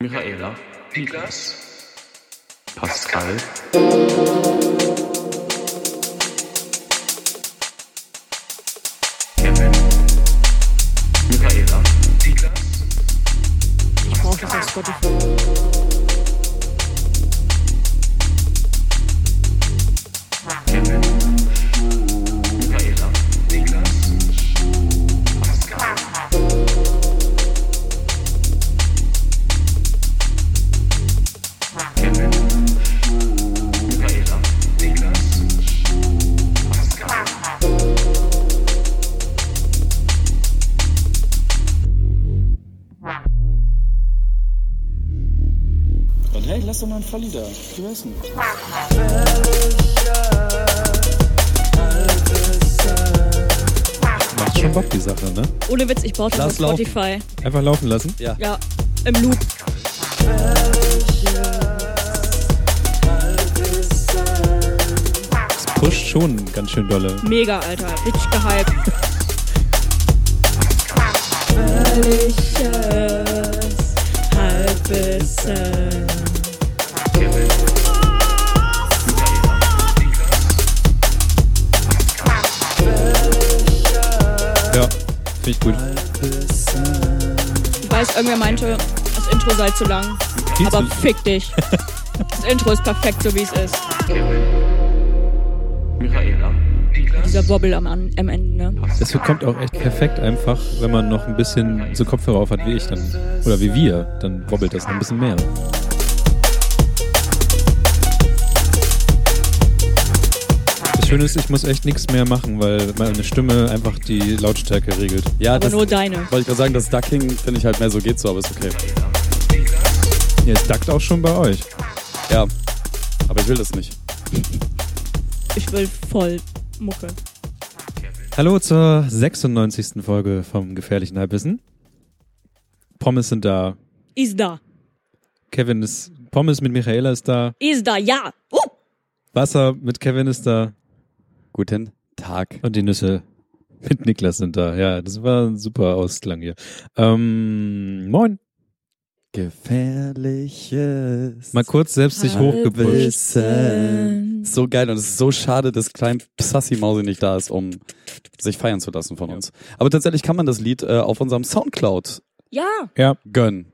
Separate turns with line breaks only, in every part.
Michaela,
Niklas,
Pascal,
Kevin,
Michaela,
Niklas,
Ich brauche das auf Spotify.
Kevin, Michaela,
Niklas,
Pascal,
Kevin,
Michaela,
Niklas,
Pascal,
Dann hey, lass doch mal einen Falli da. Ich weiß nicht.
Macht schon Bock, die Sache, ne?
Ohne Witz, ich brauche das auf
Lass laufen.
Spotify.
Einfach laufen lassen.
Ja, im Loop.
Pusht schon ganz schön dolle.
Mega, Alter. Bitch gehypt. Ehrliches Halbwissen.
Kevin, Michaela,
Ja, finde ich gut.
Ich weiß, irgendwer meinte, das Intro sei zu lang.
Viel
Aber
zu-
fick dich. Das Intro ist perfekt, so wie es ist.
Michaela,
Dieser Bobbel am, An- am Ende, ne?
Das kommt auch echt perfekt einfach, wenn man noch ein bisschen so Kopfhörer auf hat wie ich dann. Oder wie wir, dann wobbelt das noch ein bisschen mehr. ne? Das Schöne ist, ich muss echt nichts mehr machen, weil meine Stimme einfach die Lautstärke regelt.
Ja,
Aber
das
nur deine.
wollte ich gerade sagen, das Ducking finde ich halt mehr so geht so, aber ist okay.
Ja, es dackt auch schon bei euch.
Ja, aber ich will das nicht.
Ich will voll Mucke.
Hallo zur 96. Folge vom Gefährlichen Halbwissen. Pommes sind da.
Ist da.
Kevin ist. Pommes mit Michaela ist da.
Ist da, ja. Uh!
Wasser mit Kevin ist da.
Guten Tag.
Und die Nüsse mit Niklas sind da. Ja, das war ein super Ausklang hier. Ähm, moin.
Gefährliches.
Mal kurz selbst sich hochgepusht.
Halbwissen. So geil und es ist so schade, dass Klein Sassy Mausi nicht da ist, um sich feiern zu lassen von uns. Aber tatsächlich kann man das Lied äh, auf unserem Soundcloud
Ja,
Ja,
gönnen.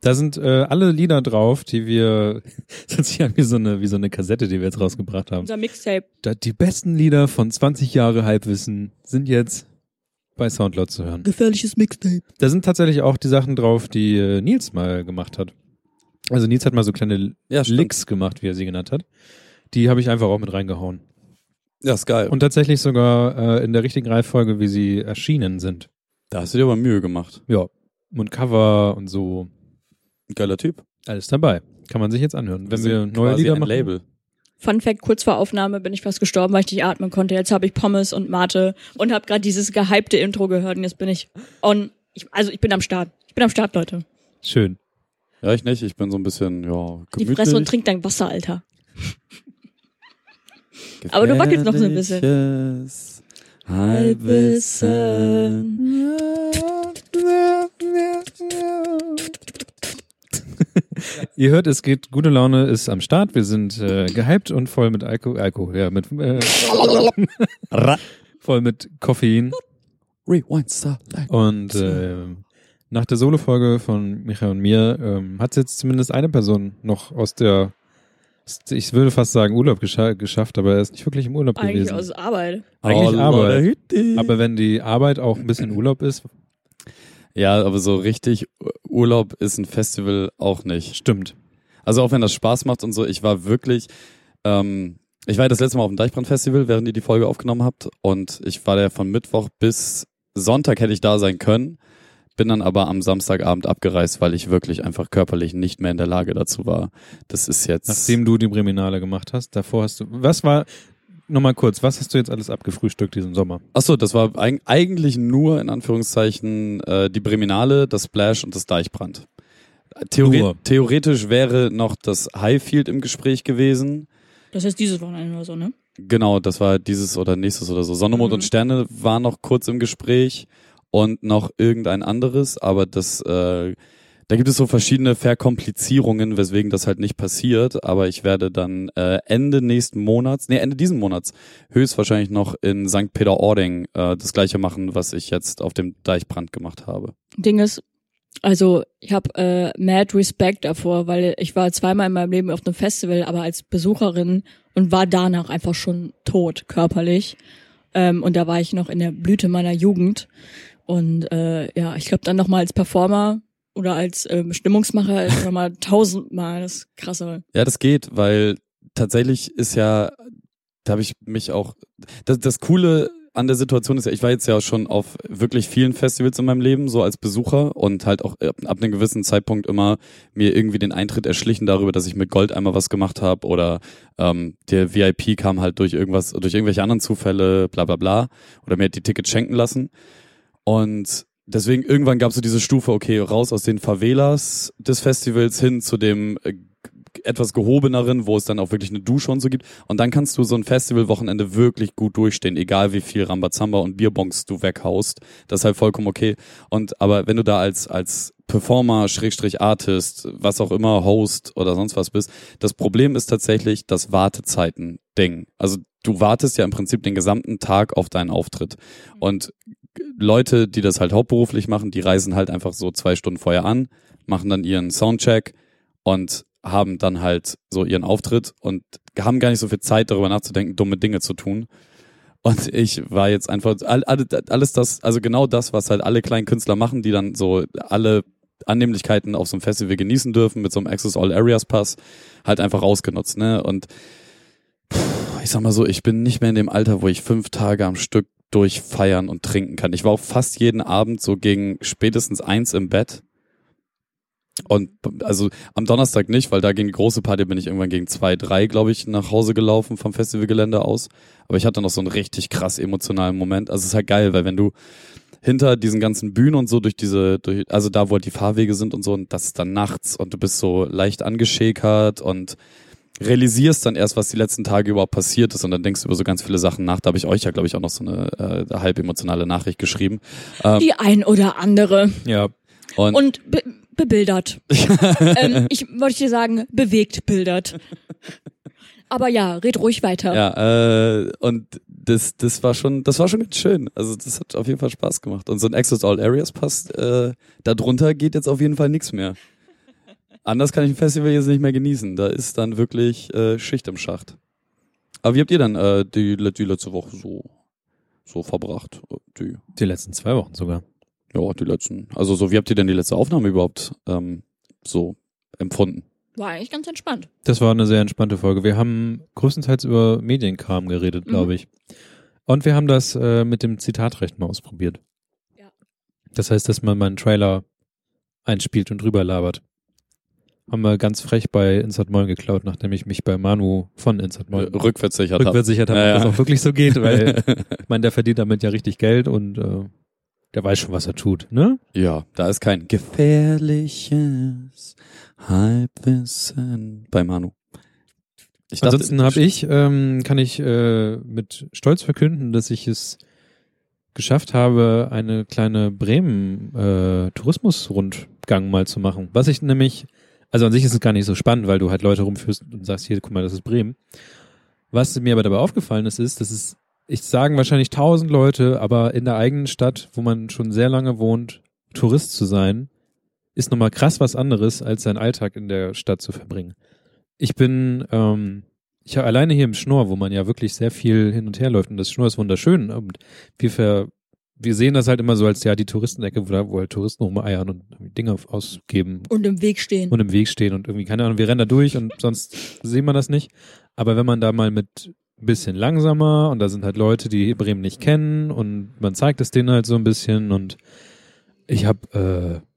da sind äh, alle Lieder drauf, die wir. Das ist ja wie so, eine, wie so eine Kassette, die wir jetzt rausgebracht haben.
unser Mixtape.
Da, die besten Lieder von 20 Jahre Halbwissen sind jetzt bei Soundcloud zu hören.
Gefährliches Mixtape.
Da sind tatsächlich auch die Sachen drauf, die äh, Nils mal gemacht hat. Also Nils hat mal so kleine
Ja, stimmt.
Licks gemacht, wie er sie genannt hat. Die habe ich einfach auch mit reingehauen.
Ja, ist geil.
Und tatsächlich sogar äh, in der richtigen Reihenfolge, wie sie erschienen sind.
da hast du dir aber Mühe gemacht.
Ja. Und Cover und so.
Geiler Typ.
Alles dabei. Kann man sich jetzt anhören. Wenn wir
sind
neue
quasi
Lieder
ein
machen.
Label.
Fun Fact, kurz vor Aufnahme bin ich fast gestorben, weil ich nicht atmen konnte. Jetzt habe ich Pommes und Mate und habe gerade dieses gehypte Intro gehört und jetzt bin ich on. Ich, also ich bin am Start. Ich bin am Start, Leute.
Schön.
Ja, ich nicht. Ich bin so ein bisschen, ja,
Die
gemütlich.
Fresse und trink dein Wasser, Alter. Aber du wackelst noch so ein bisschen.
Gefährliches Halbwissen.
Ihr hört, es geht. Gute Laune ist am Start. Wir sind äh, gehypt und voll mit Alko Alkohol. Ja, mit. Äh,
Ra-
voll mit Koffein.
Rewind Star.
Und äh, nach der Solo-Folge von Micha und mir ähm, hat jetzt zumindest eine Person noch aus der, ich würde fast sagen Urlaub gescha geschafft, aber er ist nicht wirklich im Urlaub
Eigentlich
gewesen.
aus Arbeit.
Eigentlich Arbeit.
Aber,
aber wenn die Arbeit auch ein bisschen Urlaub ist,
ja, aber so richtig Urlaub ist ein Festival auch nicht.
stimmt.
Also auch wenn das Spaß macht und so, ich war wirklich, ähm, ich war das letzte Mal auf dem Deichbrand-Festival, während ihr die Folge aufgenommen habt und ich war da von Mittwoch bis Sonntag hätte ich da sein können, bin dann aber am Samstagabend abgereist, weil ich wirklich einfach körperlich nicht mehr in der Lage dazu war. Das ist jetzt...
Nachdem du die Breminale gemacht hast, davor hast du, was war, nochmal kurz, was hast du jetzt alles abgefrühstückt diesen Sommer?
Ach so, das war eig eigentlich nur in Anführungszeichen äh, die Breminale, das Splash und das Deichbrand. Theore
Nur.
Theoretisch wäre noch das Highfield im Gespräch gewesen.
Das heißt dieses Wochenende oder so, ne?
Genau, das war dieses oder nächstes oder so. Sonne, Mond
Mhm.
und Sterne war noch kurz im Gespräch und noch irgendein anderes, aber das äh, Da gibt es so verschiedene Verkomplizierungen, weswegen das halt nicht passiert. Aber ich werde dann äh, Ende nächsten Monats, nee, Ende diesen Monats höchstwahrscheinlich noch in St. Peter-Ording äh, das gleiche machen, was ich jetzt auf dem Deichbrand gemacht habe.
Ding ist, also ich habe äh, mad Respekt davor, weil ich war zweimal in meinem Leben auf einem Festival, aber als Besucherin und war danach einfach schon tot körperlich. Ähm, und da war ich noch in der Blüte meiner Jugend. Und äh, ja, ich glaube dann nochmal als Performer oder als ähm, Stimmungsmacher ist nochmal tausendmal das krasse.
Ja, das geht, weil tatsächlich ist ja, da habe ich mich auch. Das, das Coole an der Situation ist ja, ich war jetzt ja schon auf wirklich vielen Festivals in meinem Leben, so als Besucher und halt auch ab, ab einem gewissen Zeitpunkt immer mir irgendwie den Eintritt erschlichen darüber, dass ich mit Gold einmal was gemacht habe oder ähm, der VIP kam halt durch irgendwas, durch irgendwelche anderen Zufälle, bla bla bla, oder mir hat die Tickets schenken lassen. Und deswegen irgendwann gab es so diese Stufe, okay, raus aus den Favelas des Festivals hin zu dem äh, g- etwas gehobeneren, wo es dann auch wirklich eine Dusche und so gibt. Und dann kannst du so ein Festivalwochenende wirklich gut durchstehen, egal wie viel Rambazamba und Bierbonks du weghaust. Das ist halt vollkommen okay. Und aber wenn du da als als Performer, Schrägstrich Artist, was auch immer, Host oder sonst was bist, das Problem ist tatsächlich das Wartezeiten-Ding. Also du wartest ja im Prinzip den gesamten Tag auf deinen Auftritt. Und Leute, die das halt hauptberuflich machen, die reisen halt einfach so zwei Stunden vorher an, machen dann ihren Soundcheck und haben dann halt so ihren Auftritt und haben gar nicht so viel Zeit darüber nachzudenken, dumme Dinge zu tun. Und ich war jetzt einfach all- all- alles das, also genau das, was halt alle kleinen Künstler machen, die dann so alle Annehmlichkeiten auf so einem Festival genießen dürfen mit so einem Access All Areas Pass, halt einfach ausgenutzt, ne? Und pff, ich sag mal so, ich bin nicht mehr in dem Alter, wo ich fünf Tage am Stück durchfeiern und trinken kann. Ich war auch fast jeden Abend so gegen spätestens eins im Bett. Und also am Donnerstag nicht, weil da ging die große Party, bin ich irgendwann gegen zwei, drei, glaube ich, nach Hause gelaufen vom Festivalgelände aus. Aber ich hatte noch so einen richtig krass emotionalen Moment. Also es ist halt geil, weil wenn du hinter diesen ganzen Bühnen und so durch diese, durch, also da, wo halt die Fahrwege sind und so, und das ist dann nachts und du bist so leicht angeschäkert und realisierst dann erst, was die letzten Tage überhaupt passiert ist und dann denkst du über so ganz viele Sachen nach. Da habe ich euch ja, glaube ich, auch noch so eine äh, halb emotionale Nachricht geschrieben. Ähm,
Die ein oder andere.
Ja.
und
Und be bebildert. ähm, ich wollte dir sagen, bewegt bildert. Aber ja, red ruhig weiter.
Ja, äh, und das, das war schon, das war schon ganz schön. Also das hat auf jeden Fall Spaß gemacht. Und so ein Access All Areas Pass, äh, darunter geht jetzt auf jeden Fall nichts mehr. Anders kann ich ein Festival jetzt nicht mehr genießen. Da ist dann wirklich äh, Schicht im Schacht. Aber wie habt ihr dann äh, die, le- die letzte Woche so, so verbracht? Äh, Die,
Die letzten zwei Wochen sogar.
ja, die letzten. Also so, wie habt ihr denn die letzte Aufnahme überhaupt ähm, so empfunden?
War eigentlich ganz entspannt.
Das war eine sehr entspannte Folge. Wir haben größtenteils über Medienkram geredet,
Mhm.
glaube ich. Und wir haben das äh, mit dem Zitatrecht mal ausprobiert.
Ja.
Das heißt, dass man mal einen Trailer einspielt und drüber labert. Haben wir ganz frech bei Insert Moin geklaut, nachdem ich mich bei Manu von Insert Moin
Äh, Rückversichert.
rückversichert habe,
Ja, ja.
dass das auch wirklich so geht, weil ich meine, der verdient damit ja richtig Geld und äh, der weiß schon, was er tut, ne?
Ja, da ist kein gefährliches Halbwissen bei Manu. Ich dachte-
Ansonsten habe ich, ähm, kann ich äh, mit Stolz verkünden, dass ich es geschafft habe, eine kleine Bremen-Tourismusrundgang mal zu machen. Was ich nämlich, also an sich ist es gar nicht so spannend, weil du halt Leute rumführst und sagst, hier, guck mal, das ist Bremen. Was mir aber dabei aufgefallen ist, ist, dass es, ich sagen wahrscheinlich tausend Leute, aber in der eigenen Stadt, wo man schon sehr lange wohnt, Tourist zu sein, ist nochmal krass was anderes, als seinen Alltag in der Stadt zu verbringen. Ich bin, ähm, ich habe alleine hier im Schnorr, wo man ja wirklich sehr viel hin und her läuft und das Schnorr ist wunderschön und wir ver, wir sehen das halt immer so als ja die Touristenecke, wo, da- wo halt Touristen rumeiern und Dinge ausgeben
Und im Weg stehen.
und im Weg stehen und irgendwie, keine Ahnung, wir rennen da durch und sonst sehen wir das nicht. Aber wenn man da mal mit ein bisschen langsamer und da sind halt Leute, die Bremen nicht kennen und man zeigt es denen halt so ein bisschen und ich habe äh,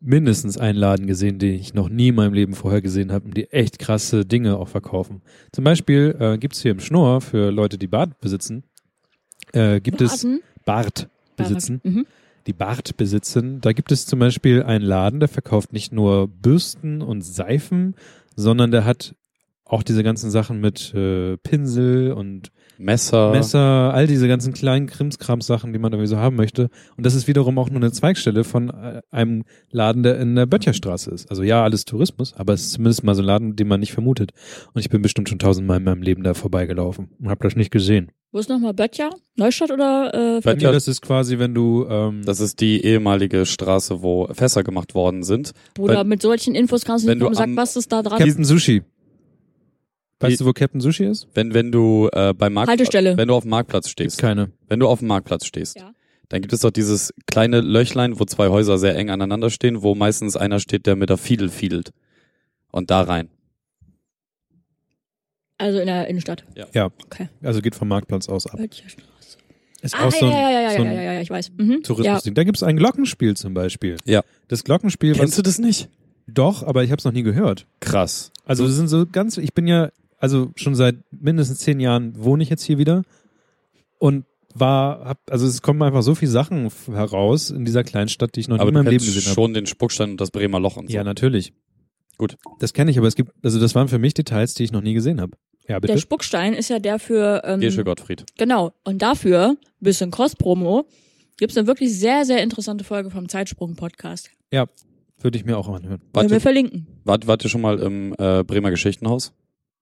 mindestens einen Laden gesehen, den ich noch nie in meinem Leben vorher gesehen habe und die echt krasse Dinge auch verkaufen. Zum Beispiel äh, gibt's hier im Schnorr für Leute, die Bart besitzen, äh, gibt es
Baden,
Bart besitzen
Baden. Mhm.
die Bart besitzen. Da gibt es zum Beispiel einen Laden, der verkauft nicht nur Bürsten und Seifen, sondern der hat auch diese ganzen Sachen mit äh, Pinsel und
Messer.
Messer, all diese ganzen kleinen Krimskramsachen, die man irgendwie so haben möchte. Und das ist wiederum auch nur eine Zweigstelle von äh, einem Laden, der in der Böttcherstraße ist. Also ja, alles Tourismus, aber es ist zumindest mal so ein Laden, den man nicht vermutet. Und ich bin bestimmt schon tausendmal in meinem Leben da vorbeigelaufen und habe das nicht gesehen.
Wo ist nochmal Böttcher? Neustadt oder? Äh,
Böttcher.
Ja, das ist quasi, wenn du ähm,
Das ist die ehemalige Straße, wo Fässer gemacht worden sind.
Bruder, mit solchen Infos kannst du
wenn
nicht
du
kommen. Sag,
am-
was ist da dran?
Captain Sushi. Weißt
Die-
du, wo Captain Sushi ist?
Wenn, wenn du äh, beim Markt,
Haltestelle.
wenn du auf dem Marktplatz
Gibt's
stehst,
keine.
wenn du auf dem Marktplatz stehst,
Ja.
dann gibt es doch dieses kleine Löchlein, wo zwei Häuser sehr eng aneinander stehen, wo meistens einer steht, der mit der Fiedel fiedelt. Und da rein.
Also in der Innenstadt.
Ja.
Okay.
Also geht vom Marktplatz aus ab.
Böttcherstraße.
Ist
Ah,
auch so ein,
ja, ja, ja,
so ein
ja, ja, ja, ja, ich weiß. Mhm. Ja.
Tourismusding. Da gibt's ein Glockenspiel zum Beispiel.
Ja.
Das Glockenspiel,
Kennst
was,
du das nicht?
doch, aber ich habe es noch nie gehört.
Krass.
Also das sind so ganz, ich bin ja, also schon seit mindestens zehn Jahren wohne ich jetzt hier wieder und war, hab, also es kommen einfach so viele Sachen f- heraus in dieser kleinen Stadt, die ich noch nie
Aber
in
du
meinem Leben
kennst
gesehen habe.
schon den Spuckstein und das Bremer Loch und so.
Ja, natürlich.
Gut.
Das kenne ich, aber es gibt, also das waren für mich Details, die ich noch nie gesehen habe. Ja,
Der
bitte.
Spuckstein ist ja der für,
Gesche
ähm,
Gottfried.
genau, und dafür, bisschen Cross-Promo, gibt's eine wirklich sehr, sehr interessante Folge vom Zeitsprung-Podcast.
Ja, würde ich mir auch anhören.
Wollen wir
Warte,
verlinken.
wart, wart ihr schon mal im äh, Bremer Geschichtenhaus?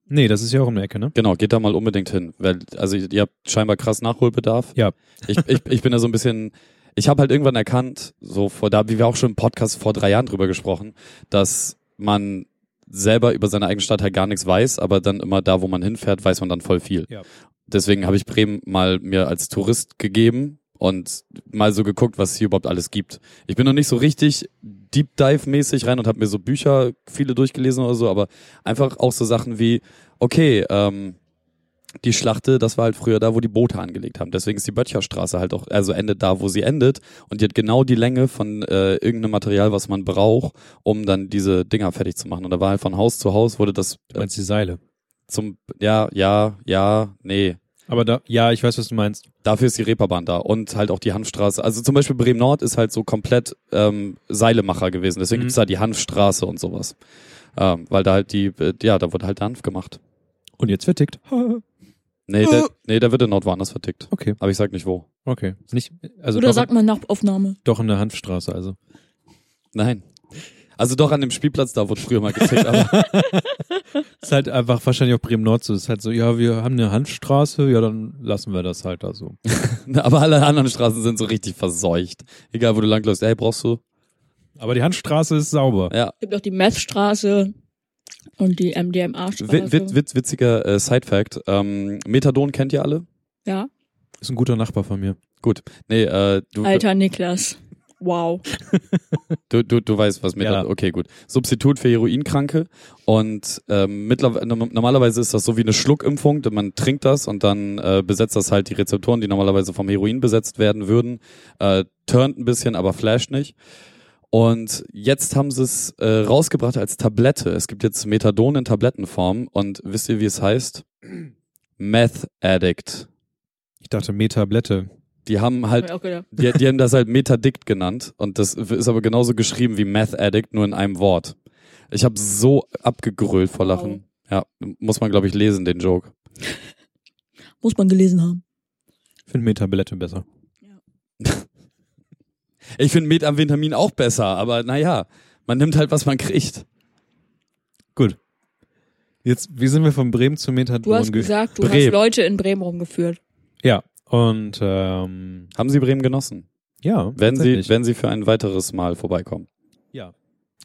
Nee, das ist ja auch um die Ecke, ne?
Genau, geht da mal unbedingt hin. Weil, also ihr ihr habt scheinbar krass Nachholbedarf.
Ja.
Ich, ich, ich bin da so ein bisschen. Ich habe halt irgendwann erkannt, so vor da, wie wir auch schon im Podcast vor drei Jahren drüber gesprochen, dass man selber über seine eigene Stadt halt gar nichts weiß, aber dann immer da, wo man hinfährt, weiß man dann voll viel.
Ja.
Deswegen habe ich Bremen mal mir als Tourist gegeben und mal so geguckt, was es hier überhaupt alles gibt. Ich bin noch nicht so richtig Deep Dive mäßig rein und habe mir so Bücher viele durchgelesen oder so, aber einfach auch so Sachen wie okay, ähm, die Schlachte, das war halt früher da, wo die Boote angelegt haben. Deswegen ist die Böttcherstraße halt auch, also endet da, wo sie endet. Und die hat genau die Länge von äh, irgendeinem Material, was man braucht, um dann diese Dinger fertig zu machen. Und da war halt von Haus zu Haus, wurde das
Du
äh,
meinst die Seile.
zum, ja, ja, ja, nee.
Aber da, ja, ich weiß, was du meinst.
Dafür ist die Reeperbahn da und halt auch die Hanfstraße. Also zum Beispiel Bremen Nord ist halt so komplett ähm, Seilemacher gewesen. Deswegen
Mhm.
gibt's da die Hanfstraße und sowas. Ähm, weil da halt die, äh, ja, da wurde halt der Hanf gemacht.
Und jetzt vertickt. Ha,
Nee, der, nee, der wird in Nord woanders vertickt.
Okay,
Aber ich sag nicht wo.
okay. Nicht, also
Oder
doch,
sagt man nach Aufnahme.
doch in der Hanfstraße, also.
Nein. Also doch an dem Spielplatz, da wurde früher mal gefickt, aber
Ist halt einfach wahrscheinlich auch Bremen Nord so. Ist halt so, ja, wir haben eine Handstraße, ja, dann lassen wir das halt da so.
aber alle anderen Straßen sind so richtig verseucht. Egal, wo du langläufst. Ey, brauchst du?
Aber die Handstraße ist sauber.
Ja.
gibt auch die Methstraße und die MDMA-Straße.
Witz, witz, witz, witziger äh, Side-Fact. Ähm, Methadon kennt ihr alle?
Ja,
Ist ein guter Nachbar von mir.
Nee, äh, du,
alter Niklas. Wow.
Du, du, du weißt, was mit
Ja.
Okay, gut. Substitut für Heroinkranke. Und ähm, mittlerweile, norm- normalerweise ist das so wie eine Schluckimpfung. Man trinkt das und dann äh, besetzt das halt die Rezeptoren, die normalerweise vom Heroin besetzt werden würden. Äh, turnt ein bisschen, aber flasht nicht. Und jetzt haben sie es äh, rausgebracht als Tablette. Es gibt jetzt Methadon in Tablettenform. Und wisst ihr, wie es heißt? Meth Addict.
Ich dachte, Metablette.
Die haben halt
Hab ich auch gedacht.
die, die haben das halt Metadikt genannt und das ist aber genauso geschrieben wie Meth Addict, nur in einem Wort. Ich habe so abgegrölt vor Lachen. Ja, muss man glaube ich lesen den Joke.
Muss man gelesen haben.
Finde Metablette besser.
Ich finde Methamphetamin auch besser, aber naja, man nimmt halt was man kriegt.
Gut. Jetzt, wie sind wir von Bremen zu Methadon
Du hast
ge-
gesagt, du
Bremen.
hast Leute in Bremen rumgeführt.
Ja. Und ähm,
Haben Sie Bremen genossen?
ja.
Wenn Sie
tatsächlich.
wenn Sie für ein weiteres Mal vorbeikommen.
ja.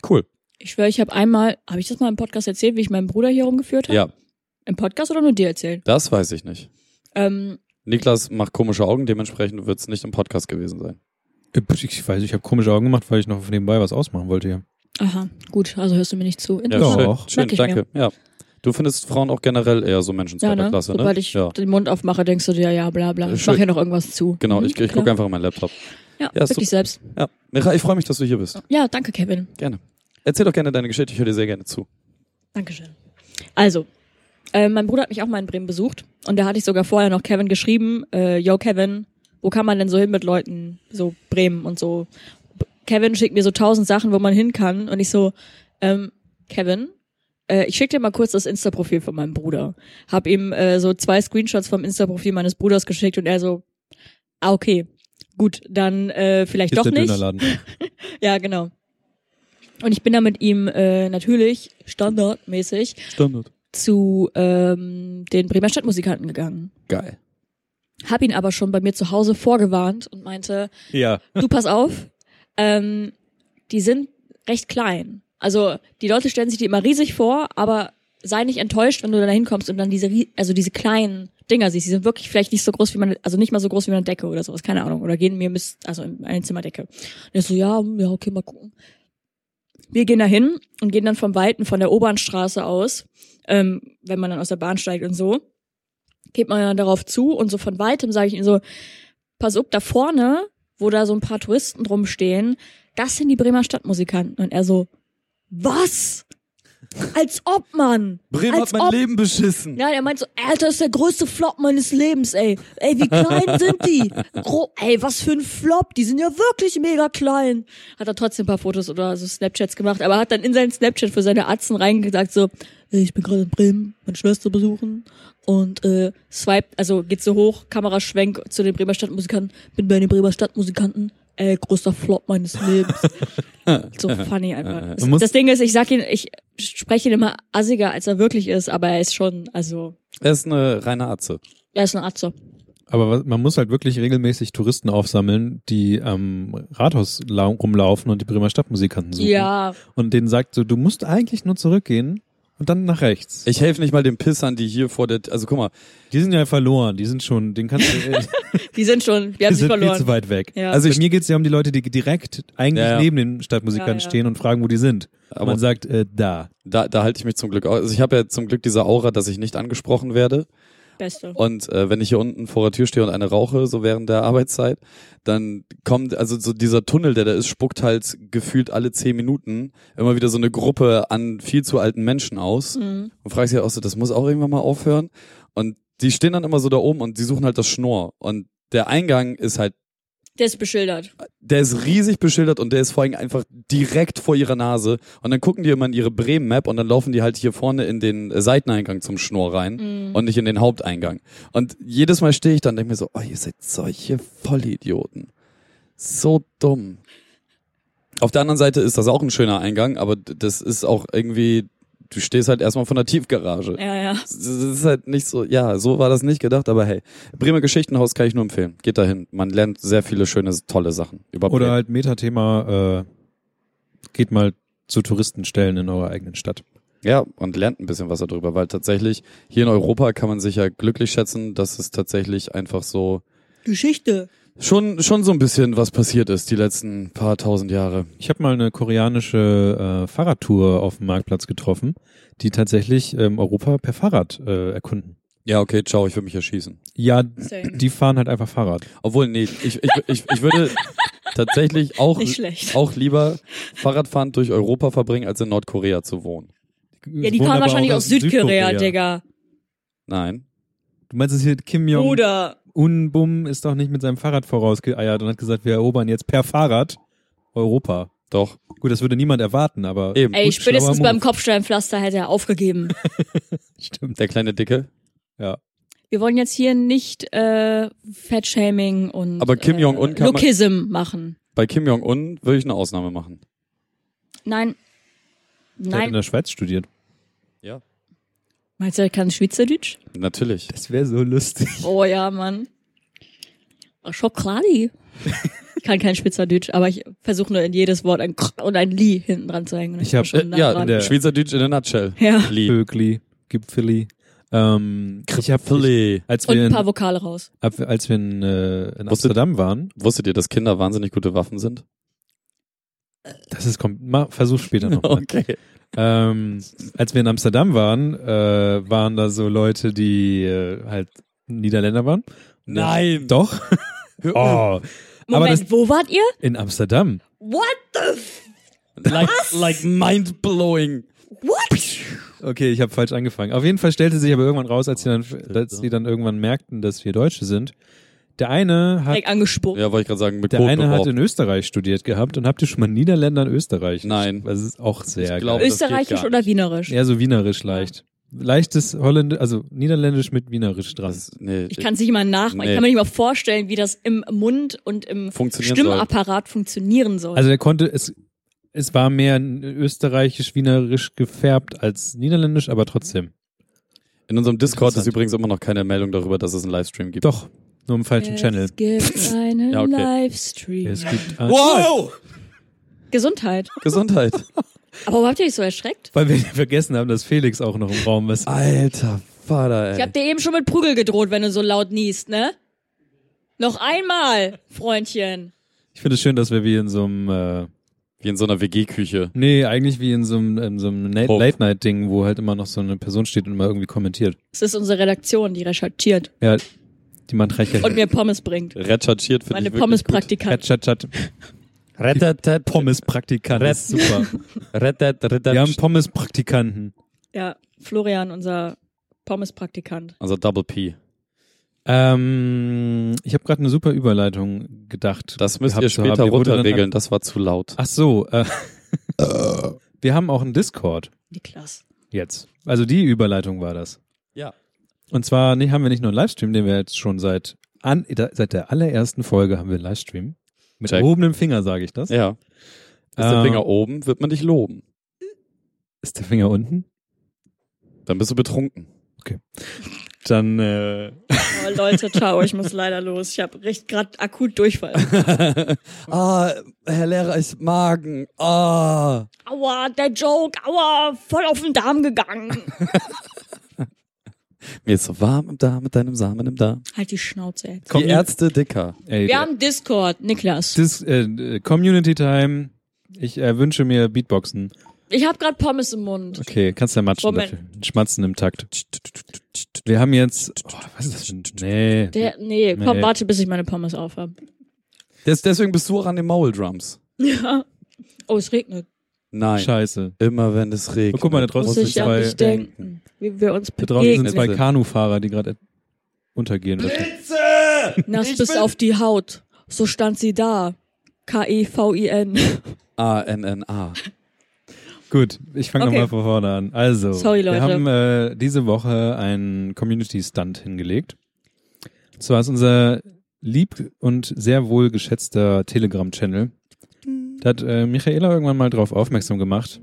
Cool.
Ich schwöre, ich habe einmal, habe ich das mal im Podcast erzählt, wie ich meinen Bruder hier rumgeführt habe?
Ja,
Im Podcast oder nur dir erzählt?
das weiß ich nicht.
Ähm,
Niklas macht komische Augen, dementsprechend wird es nicht im Podcast gewesen sein.
Äh, Ich weiß, ich habe komische Augen gemacht, weil ich noch nebenbei was ausmachen wollte hier.
aha, gut, also hörst du mir nicht zu.
Ja,
Doch.
Interessant.
schön, schön
Merk ich mir.
danke. Ja. Du findest Frauen auch generell eher so Menschen zweiter
ne?
Klasse, ne?
Sobald ich
ja.
den Mund aufmache, denkst du dir, ja, bla, bla. Ich
Schön.
mache hier noch irgendwas zu.
Genau,
Mhm,
ich, ich
klar.
gucke einfach in meinen Laptop.
Ja,
Ja,
wirklich selbst.
Ja, Micha, ich freue mich, dass du hier bist.
Ja, danke, Kevin.
Gerne. Erzähl doch gerne deine Geschichte, ich höre dir sehr gerne zu.
Dankeschön. Also, äh, mein Bruder hat mich auch mal in Bremen besucht und da hatte ich sogar vorher noch Kevin geschrieben, äh, yo Kevin, wo kann man denn so hin mit Leuten, so Bremen und so. B- Kevin schickt mir so tausend Sachen, wo man hin kann und ich so, ähm, Kevin, äh, ich schick dir mal kurz das Insta-Profil von meinem Bruder. Hab ihm äh, so zwei Screenshots vom Insta-Profil meines Bruders geschickt und er so, ah, okay, gut, dann äh, vielleicht
Ist
doch
der
nicht.
Dönerladen.
Ja, genau. Und ich bin da mit ihm äh, natürlich standardmäßig
Standard.
zu ähm, den Bremer Stadtmusikanten gegangen.
Geil.
Hab ihn aber schon bei mir zu Hause vorgewarnt und meinte,
Ja.
du pass auf, ähm, die sind recht klein. Also die Leute stellen sich die immer riesig vor, aber sei nicht enttäuscht, wenn du da hinkommst und dann diese, rie- also diese kleinen Dinger siehst. Die sind wirklich vielleicht nicht so groß wie man, also nicht mal so groß wie eine Decke oder sowas, keine Ahnung. Oder gehen mir mis, also in eine Zimmerdecke. Und er so, ja, hm, ja, okay, mal gucken. Wir gehen da hin und gehen dann vom Weiten, von der Obernstraße aus, ähm, wenn man dann aus der Bahn steigt und so, geht man dann darauf zu und so von Weitem sage ich ihm so, pass up, da vorne wo da so ein paar Touristen rumstehen, das sind die Bremer Stadtmusikanten. Und er so, was? Als ob, Mann!
Bremen
Als
hat mein
ob.
Leben beschissen.
Ja, der meint so, Alter, das ist der größte Flop meines Lebens, ey. Ey, wie klein sind die? Gro ey, was für ein Flop, die sind ja wirklich mega klein. Hat er trotzdem ein paar Fotos oder so Snapchats gemacht, aber hat dann in seinen Snapchat für seine Atzen reingesagt so, ey, ich bin gerade in Bremen, meine Schwester besuchen und äh, swipe, also geht so hoch, Kameraschwenk zu den Bremer Stadtmusikanten, bin bei den Bremer Stadtmusikanten, ey, größter Flop meines Lebens. so funny einfach.
Man muss-
Das Ding ist, ich sag ihn, ich spreche ihn immer assiger, als er wirklich ist, aber er ist schon, also,
Er ist eine reine Atze.
er ist ein Atze.
Aber was- man muss halt wirklich regelmäßig Touristen aufsammeln, die am Rathaus lau- rumlaufen und die Bremer Stadtmusikanten suchen.
Ja,
Und denen sagt so, du musst eigentlich nur zurückgehen und dann nach rechts.
Ich helfe nicht mal den Pissern, die hier vor der... Also guck mal,
Die sind ja verloren, die sind schon, den kannst du, äh, die
die sind schon, wir haben sie
sind viel
verloren.
zu weit weg.
Ja.
Also bei mir geht's ja um die Leute, die direkt eigentlich
Ja, ja.
neben den Stadtmusikanten
Ja, ja.
stehen und fragen, wo die sind.
Aber-
Aber man sagt, äh, da.
da, da halte ich mich zum Glück... au- Also ich habe ja zum Glück diese Aura, dass ich nicht angesprochen werde.
Beste.
Und äh, wenn ich hier unten vor der Tür stehe und eine rauche, so während der Arbeitszeit, dann kommt, also so dieser Tunnel, der da ist, spuckt halt gefühlt alle zehn Minuten immer wieder so eine Gruppe an viel zu alten Menschen aus
Mhm.
und fragst dich auch so, das muss auch irgendwann mal aufhören. Und die stehen dann immer so da oben und die suchen halt das Schnur. Und der Eingang ist halt,
Der ist beschildert.
der ist riesig beschildert und der ist vor allem einfach direkt vor ihrer Nase. Und dann gucken die immer in ihre Bremen-Map und dann laufen die halt hier vorne in den äh, Seiteneingang zum Schnur rein
Mhm.
und nicht in den Haupteingang. Und jedes Mal stehe ich dann und denke mir so, oh, ihr seid solche Vollidioten. So dumm. Auf der anderen Seite ist das auch ein schöner Eingang, aber d- das ist auch irgendwie, du stehst halt erstmal von der Tiefgarage.
Ja, ja.
Das ist halt nicht so, ja, so war das nicht gedacht, aber hey, Bremer Geschichtenhaus kann ich nur empfehlen. Geht dahin. Man lernt sehr viele schöne, tolle Sachen über
Oder
Bremen.
halt Metathema, äh, geht mal zu Touristenstellen in eurer eigenen Stadt.
Ja, und lernt ein bisschen was darüber, weil tatsächlich hier in Europa kann man sich ja glücklich schätzen, dass es tatsächlich einfach so
Geschichte.
schon, schon so ein bisschen was passiert ist die letzten paar tausend Jahre.
Ich habe mal eine koreanische äh, Fahrradtour auf dem Marktplatz getroffen, die tatsächlich ähm, Europa per Fahrrad äh, erkunden.
Ja, okay, ciao, ich würde mich erschießen.
Ja,
Same.
die fahren halt einfach Fahrrad.
Obwohl, nee, ich, ich, ich, ich würde tatsächlich auch,
Nicht schlecht.
auch lieber Fahrradfahren durch Europa verbringen, als in Nordkorea zu wohnen.
Ja, die kamen wahrscheinlich aus Südkorea, Digga.
Nein.
Du meinst es hier Kim Jong
Oder.
Un Bum ist doch nicht mit seinem Fahrrad vorausgeeiert und hat gesagt, wir erobern jetzt per Fahrrad Europa.
Doch,
Gut, das würde niemand erwarten, aber
eben.
Ey,
Gut,
spätestens
schlauer
beim
Move.
Kopfsteinpflaster hätte er aufgegeben.
stimmt.
Der kleine Dicke.
Wir wollen jetzt hier nicht äh, Fettshaming und
Aber Kim Jong-un
äh,
kann man-
Lookism machen.
Bei Kim Jong-un würde ich eine Ausnahme machen.
Nein.
Der hat in
Nein.
der Schweiz studiert.
Ja.
Meinst du, er kann Schweizerdeutsch?
Natürlich.
Das wäre so lustig.
Oh ja, Mann. Oh, Schokolade. Ich kann kein Schweizerdeutsch, aber ich versuche nur in jedes Wort ein Kr und ein Li hinten dran zu hängen.
Ich hab-
schon nah
äh, ja,
dran.
Äh, der-
Schweizerdeutsch in a nutshell.
ja.
Lee.
Bögli, Gipfeli. Ähm, ich hab,
Lee.
als
Und
wir
ein paar
in,
Vokale raus.
ab- als wir in, äh, in
Wusstet-
Amsterdam waren,
Wusstet ihr, dass Kinder wahnsinnig gute Waffen sind?
das ist kommt, ma- versuch später noch. mal.
Okay.
Ähm, als wir in Amsterdam waren, äh, waren da so Leute, die äh, halt Niederländer waren.
Nein.
Doch. Oh. Aber
Moment,
das
wo wart ihr?
in Amsterdam.
What the f
Like, like mind blowing.
What?
Okay, ich habe falsch
Oh,
angefangen. Auf jeden Fall stellte sich aber irgendwann raus, als die dann, als die dann irgendwann merkten, dass wir Deutsche sind, Der eine hat,
Direkt angespuckt.
Ja, wollte ich gerade sagen, mit
der
Kot
eine hat
beworfen.
in Österreich studiert gehabt und habt ihr schon mal Niederländer in Österreich?
Nein.
Das ist auch sehr
Ich glaub-
geil.
das geht gar
Österreichisch
nicht.
oder Wienerisch?
Eher so wienerisch leicht. Leichtes Holländisch, also Niederländisch mit Wienerisch dran.
Das, nee,
Ich kann es nicht mal nachmachen. Ich kann mir
Nee.
nicht mal vorstellen, wie das im Mund und im
Funktionieren
Stimmapparat funktionieren soll.
Also er konnte, es, es war mehr österreichisch-wienerisch gefärbt als niederländisch, aber trotzdem.
In unserem Discord ist
Interessant.
übrigens immer noch keine Meldung darüber, dass es einen Livestream gibt.
Doch, nur im falschen Channel.
Es gibt einen
Ja, okay.
Livestream.
Es gibt ein-
Wow!
Gesundheit.
Gesundheit.
Aber warum habt ihr euch so erschreckt?
Weil wir vergessen haben, dass Felix auch noch im Raum ist.
Alter Vater,
Ich
ey.
hab dir eben schon mit Prügel gedroht, wenn du so laut niest, ne? Noch einmal, Freundchen.
Ich finde es schön, dass wir wie in so einem, äh,
Wie in so einer WG-Küche.
nee, eigentlich wie in so einem, in so einem Na-
Hof.
Late-Night-Ding, wo halt immer noch so eine Person steht und immer irgendwie kommentiert.
Es ist unsere Redaktion, die recherchiert
Ja, die man rechert.
und mir Pommes bringt.
Recherchiert für
Meine
Chat,
dich wirklich
Pommes-Praktikantin.
chat, chat. Rettet Pommes-Praktikant. Das ist Super.
gut. Rettet, rettet.
Wir haben Pommes-Praktikanten.
Ja, Florian, unser Pommes-Praktikant.
also Double P.
Ähm, ich habe gerade eine super Überleitung gedacht.
Das müsst
gehabt
ihr
zu haben.
später
Die wurde dann
runterregeln, das war zu laut.
Ach so. Äh, wir haben auch einen Discord
Niklas.
jetzt. Also die Überleitung war das.
Ja.
Und zwar nee, haben wir nicht nur einen Livestream, den wir jetzt schon seit an, da, seit der allerersten Folge haben wir einen Livestream. Mit
Check.
erhobenem Finger sage ich das.
Ja. Ist der
Ähm,
Finger oben, wird man dich loben.
Ist der Finger unten?
Dann bist du betrunken.
Dann äh,
Oh, Leute, ciao, ich muss leider los. Ich habe recht gerade akut Durchfall.
ah, Herr Lehrer, ich Magen. Ah.
Aua, der Joke, aua, voll auf den Darm gegangen.
Mir ist so warm im Darm mit deinem Samen im Darm.
Halt die Schnauze jetzt.
Kommt
Die Ärzte dicker.
ey,
Wir haben Discord, Niklas.
Dis, äh, Community Time. Ich äh, wünsche mir Beatboxen.
Ich habe gerade Pommes im Mund.
Okay, kannst du ja matschen
Moment.
dafür. Schmatzen im Takt. Wir haben jetzt. Oh, was ist das denn? Nee.
Der, nee, komm,
Nee.
warte, bis ich meine Pommes aufhab.
Des, deswegen bist du auch an den Mauldrums.
Ja. Oh, es regnet.
Nein.
Scheiße.
Immer wenn es regnet.
Oh, guck mal, da draußen
Muss
sind
ich an
zwei.
dich denken, wie wir uns
Da draußen sind
begegnen.
zwei
Blitze.
Kanufahrer, die gerade untergehen.
Nass bis auf die Haut. So stand sie da. E K-E-V-I-N.
A-N-N-A.
Gut, ich fange
Okay.
nochmal von vorne an. Also,
Sorry, Leute.
wir haben äh, diese Woche einen Community-Stunt hingelegt. Und zwar ist unser lieb und sehr wohl geschätzter Telegram-Channel. Da hat äh, Michaela irgendwann mal drauf aufmerksam gemacht,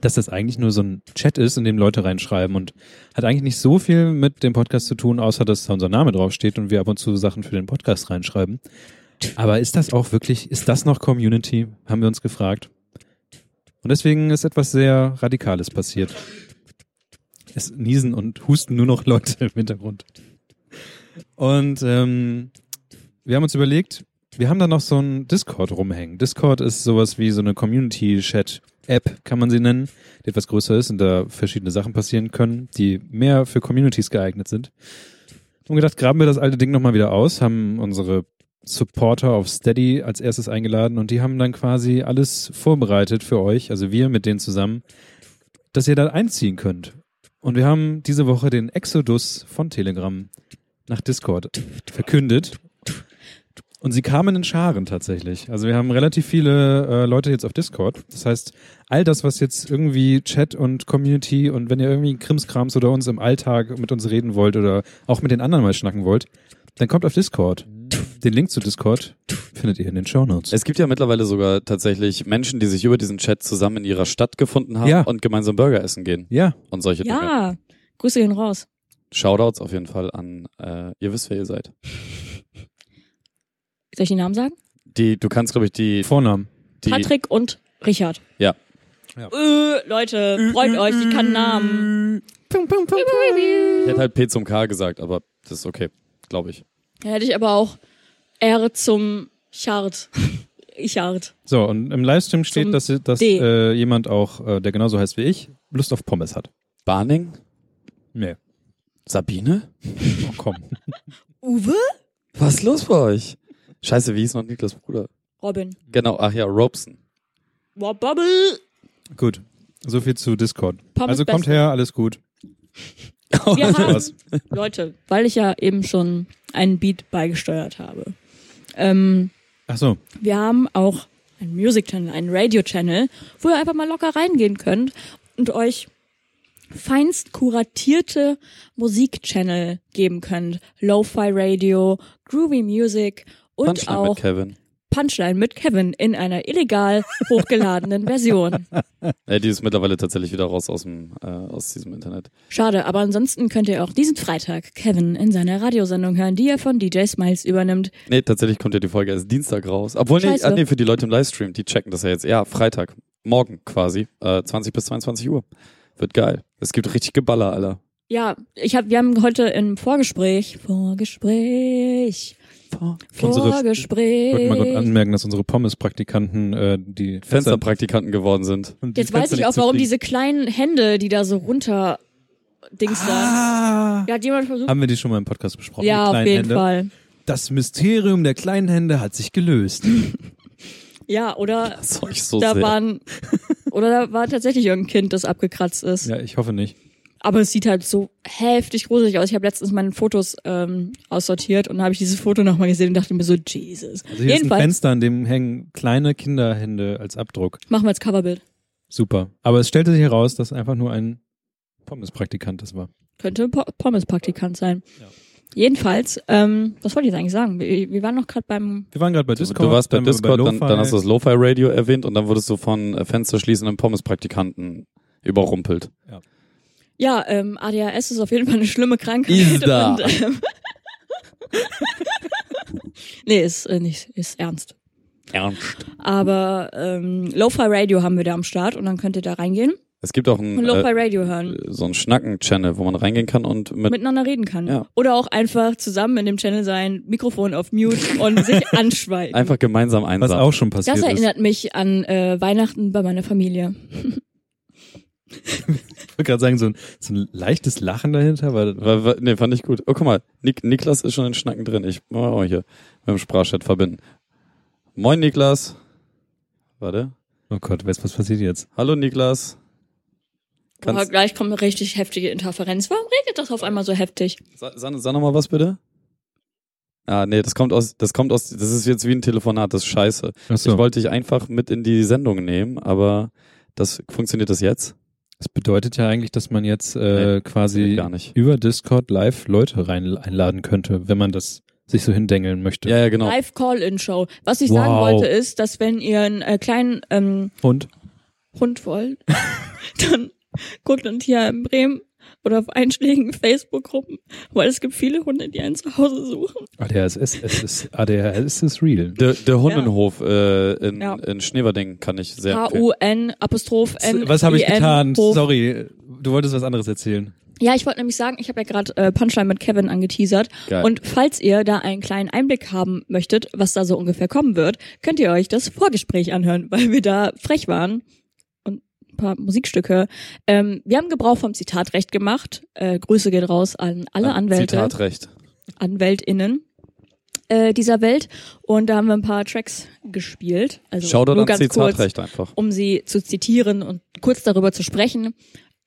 dass das eigentlich nur so ein Chat ist, in dem Leute reinschreiben und hat eigentlich nicht so viel mit dem Podcast zu tun, außer dass da unser Name draufsteht und wir ab und zu Sachen für den Podcast reinschreiben. Aber ist das auch wirklich, ist das noch Community? Haben wir uns gefragt. Und deswegen ist etwas sehr Radikales passiert. Es niesen und husten nur noch Leute im Hintergrund. Und ähm, wir haben uns überlegt, wir haben da noch so ein Discord rumhängen. Discord ist sowas wie so eine Community-Chat-App, kann man sie nennen, die etwas größer ist und da verschiedene Sachen passieren können, die mehr für Communities geeignet sind. Und gedacht, graben wir das alte Ding nochmal wieder aus, haben unsere Supporter auf Steady als erstes eingeladen und die haben dann quasi alles vorbereitet für euch, also wir mit denen zusammen, dass ihr da einziehen könnt. Und wir haben diese Woche den Exodus von Telegram nach Discord verkündet. Und sie kamen in Scharen tatsächlich. Also wir haben relativ viele äh, Leute jetzt auf Discord. Das heißt, all das, was jetzt irgendwie Chat und Community und wenn ihr irgendwie Krimskrams oder uns im Alltag mit uns reden wollt oder auch mit den anderen mal schnacken wollt, dann kommt auf Discord. Den Link zu Discord findet ihr in den Shownotes.
Es gibt ja mittlerweile sogar tatsächlich Menschen, die sich über diesen Chat zusammen in ihrer Stadt gefunden haben
Ja.
und gemeinsam Burger essen gehen
ja,
und solche Dinge.
Ja. Grüße gehen raus.
Shoutouts auf jeden Fall an, äh, ihr wisst, wer ihr seid.
Soll ich den Namen sagen?
Die, du kannst, glaube ich, die,
Vornamen.
die
Patrick und Richard.
Ja.
Ja.
Äh, Leute, freut euch, ich kann Namen.
ich hätte halt P zum K gesagt, aber das ist okay, glaube ich.
Dann hätte ich aber auch R zum Chart. Ichard.
So, und im Livestream
Zum
steht, dass, dass
D.
äh, jemand auch, äh, der genauso heißt wie ich, Lust auf Pommes hat.
Barning?
Nee.
Sabine?
Oh, komm.
Uwe?
Was ist los bei euch? Scheiße, wie hieß noch Niklas Bruder?
Robin.
Genau, ach ja, Robson.
Rob Bubble.
gut. So viel zu Discord.
Pommes
also kommt
Beste.
her, alles gut.
Wir
sowas.
haben, Leute, weil ich ja eben schon einen Beat beigesteuert habe. Ähm,
Ach so.
wir haben auch einen Music Channel, einen Radio Channel, wo ihr einfach mal locker reingehen könnt und euch feinst kuratierte Musik Channel geben könnt. Lo-Fi Radio, Groovy Music und
Punchline
auch
mit Kevin.
Punchline mit Kevin in einer illegal hochgeladenen Version.
Ja, die ist mittlerweile tatsächlich wieder raus aus, dem, äh, aus diesem Internet.
Schade, aber ansonsten könnt ihr auch diesen Freitag Kevin in seiner Radiosendung hören, die er von DJ Smiles übernimmt.
Nee, tatsächlich kommt ja die Folge erst Dienstag raus. Obwohl, nee,
Scheiße.
ah, nee, für die Leute im Livestream, die checken das ja jetzt. Ja, Freitag, morgen quasi, äh, 20 bis 22 Uhr. Wird geil. Es gibt richtig Geballer, Alter.
Ja, ich hab, wir haben heute im Vorgespräch, Vorgespräch,
Unsere- Ich wollte mal kurz
Vorgespräch.
anmerken, dass unsere Pommes-Praktikanten äh, die Fenster,
Fensterpraktikanten geworden sind.
und die
Jetzt weiß
Fenster
ich
nicht
auch, warum
zukriegen.
diese kleinen Hände, die da so runter Dings da. Ja, hat jemand versucht?
Ah. Haben wir die schon mal im Podcast besprochen?
Ja,
die
auf
kleinen
jeden
Hände.
Fall.
Das Mysterium der kleinen Hände hat sich gelöst.
Ja, oder
Das soll ich so
da
sehr.
waren, oder da war tatsächlich irgendein Kind, das abgekratzt ist.
ja, ich hoffe nicht.
Aber es sieht halt so heftig gruselig aus. Ich habe letztens meine Fotos ähm, aussortiert und habe ich dieses Foto nochmal gesehen und dachte mir so, Jesus.
Also hier ist ein
Jedenfalls
Fenster, an dem hängen kleine Kinderhände als Abdruck.
machen wir jetzt Coverbild.
Super. Aber es stellte sich heraus, dass einfach nur ein Pommes-Praktikant das war.
Könnte ein Po- Pommes-Praktikant sein.
Ja.
Jedenfalls, ähm, was wollte ich jetzt eigentlich sagen? Wir, wir waren noch gerade beim...
Wir waren gerade Also, bei
Du,
Discord.
du warst bei
dann waren wir
Discord, dann,
Lo-Fi.
dann hast du das Lo-Fi-Radio erwähnt und dann wurdest du von äh, fensterschließenden Pommes-Praktikanten überrumpelt.
Ja, ähm, ADHS ist auf jeden Fall eine schlimme Krankheit.
Ist da.
Und, ähm, nee, ist äh, nicht, ist ernst.
Ernst.
Aber ähm, Lo-Fi Radio haben wir da am Start und dann könnt ihr da reingehen
Es gibt auch
und
ein,
Lo-Fi
äh,
Radio hören.
so einen Schnacken-Channel, wo man reingehen kann und mit,
miteinander reden kann.
äh, Ja.
Oder auch einfach zusammen in dem Channel sein, Mikrofon auf Mute und sich anschweigen.
einfach gemeinsam
was
einsam.
auch schon passiert
das
ist.
erinnert mich an äh, Weihnachten bei meiner Familie.
Ich wollte gerade sagen, so ein, so ein leichtes Lachen dahinter, weil
Wa- wa- Nee, fand ich gut. Oh, guck mal, Nik Niklas ist schon in Schnacken drin. Ich mach mal auch hier mit dem Sprachchat verbinden. Moin, Niklas. Warte.
Oh Gott, weißt du, was passiert jetzt?
Hallo, Niklas.
Aber
Kannst,
gleich kommt eine richtig heftige Interferenz. Warum regnet das auf einmal so heftig?
Sa- Sanne, sag nochmal was bitte. Ah, nee, das kommt aus, das kommt aus, das ist jetzt wie ein Telefonat, das ist scheiße. Ich
Achso,
wollte dich einfach mit in die Sendung nehmen, aber das funktioniert das jetzt?
das bedeutet ja eigentlich, dass man jetzt äh, quasi
Gar nicht.
über Discord live Leute rein einladen könnte, wenn man das sich so hindengeln möchte.
Ja, ja, genau.
Live Call-In-Show. Was ich
Wow.
sagen wollte ist, dass wenn ihr einen äh, kleinen ähm,
Und
Hund wollt, dann guckt uns hier in Bremen oder auf einschlägigen Facebook-Gruppen, weil es gibt viele Hunde, die einen zu Hause suchen.
ADHS es ist ADHS ist real.
Der, der Hundenhof äh, in,
Ja.
in Schneewerding kann ich sehr empfehlen.
H-U-N, Apostroph, N,
Was habe ich
I-N,
getan?
Hof.
Sorry, du wolltest was anderes erzählen.
Ja, ich wollte nämlich sagen, ich habe ja gerade äh, Punchline mit Kevin angeteasert.
Geil.
Und falls ihr da einen kleinen Einblick haben möchtet, was da so ungefähr kommen wird, könnt ihr euch das Vorgespräch anhören, weil wir da frech waren und ein paar Musikstücke. Ähm, wir haben Gebrauch vom Zitatrecht gemacht. Äh, Grüße geht raus an alle Anwälte,
Zitatrecht.
Anwältinnen äh, dieser Welt. Und da haben wir ein paar Tracks gespielt. Also
Shoutout
nur
an
ganz kurz,
Zitatrecht einfach.
um sie zu zitieren und kurz darüber zu sprechen.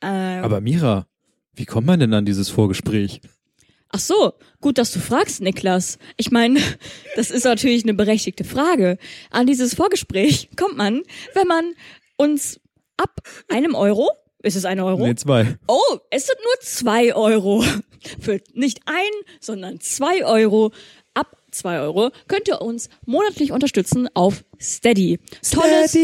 Ähm,
Aber Mira, wie kommt man denn an dieses Vorgespräch?
Ach so, gut, dass du fragst, Niklas. Ich meine, das ist natürlich eine berechtigte Frage. An dieses Vorgespräch kommt man, wenn man uns ab einem Euro, ist es ein Euro?
Nee, zwei.
Oh, es sind nur zwei Euro. Für nicht ein, sondern zwei Euro. Ab zwei Euro könnt ihr uns monatlich unterstützen auf Steady. Tolles,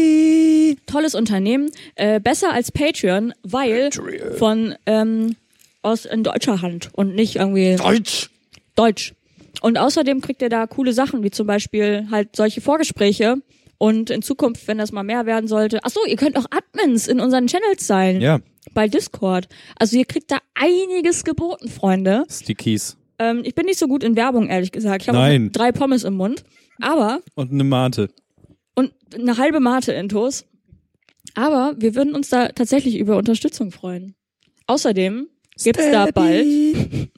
tolles Unternehmen. Äh, besser als Patreon, weil von ähm, aus in deutscher Hand und nicht irgendwie
Deutsch!
Deutsch. Und außerdem kriegt ihr da coole Sachen, wie zum Beispiel halt solche Vorgespräche. Und in Zukunft, wenn das mal mehr werden sollte. Ach so, ihr könnt auch Admins in unseren Channels sein
Ja,
bei Discord. Also ihr kriegt da einiges geboten, Freunde.
Stickies.
Ähm, ich bin nicht so gut in Werbung, ehrlich gesagt. Ich habe auch
Nein.
drei Pommes im Mund. Aber,
und eine Mate.
und eine halbe Mate in Toast. Aber wir würden uns da tatsächlich über Unterstützung freuen. Außerdem gibt's da bald.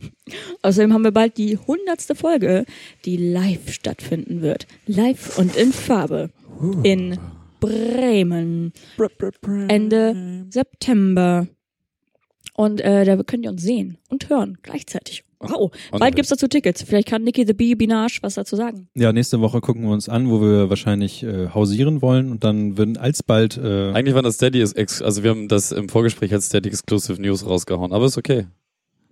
Außerdem haben wir bald die hundertste Folge, die live stattfinden wird. Live und in Farbe. In Bremen. Ende September. Und äh, da könnt ihr uns sehen und hören gleichzeitig. Wow.
Und-
Bald gibt's dazu Tickets. Vielleicht kann Nikki the Bee Binage was dazu sagen.
Ja, nächste Woche gucken wir uns an, wo wir wahrscheinlich äh, hausieren wollen und dann würden alsbald äh,
Eigentlich war das Steady, ist ex also wir haben das im Vorgespräch als Steady Exclusive News rausgehauen, aber ist okay.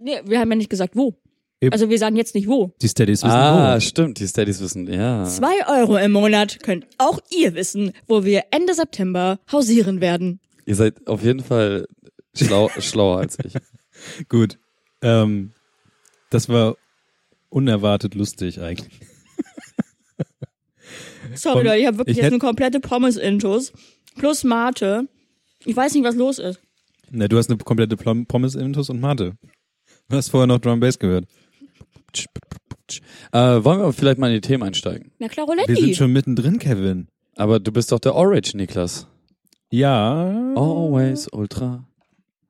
Nee, wir haben ja nicht gesagt, wo.
Eben.
Also wir sagen jetzt nicht wo.
die Steadies wissen. oh,
ah,
wo.
stimmt, die Steadies wissen, ja.
Zwei Euro im Monat könnt auch ihr wissen, wo wir Ende September hausieren werden.
Ihr seid auf jeden Fall schlau schlauer als ich.
Gut. Ähm, das war unerwartet lustig eigentlich.
Sorry,
Und
Leute, ich habe wirklich
ich
jetzt
hätt-
eine komplette Pommes-Intos plus Mate. Ich weiß nicht, was los ist.
Na, du hast eine komplette Plom- Pommes-Intus und Mate. Du hast vorher noch Drum Bass gehört.
Äh, wollen wir vielleicht mal in die Themen einsteigen?
Na klar,
Wir sind
Roletti.
schon mittendrin, Kevin.
Aber du bist doch der Orange, Niklas.
Ja.
Oh.
Always Ultra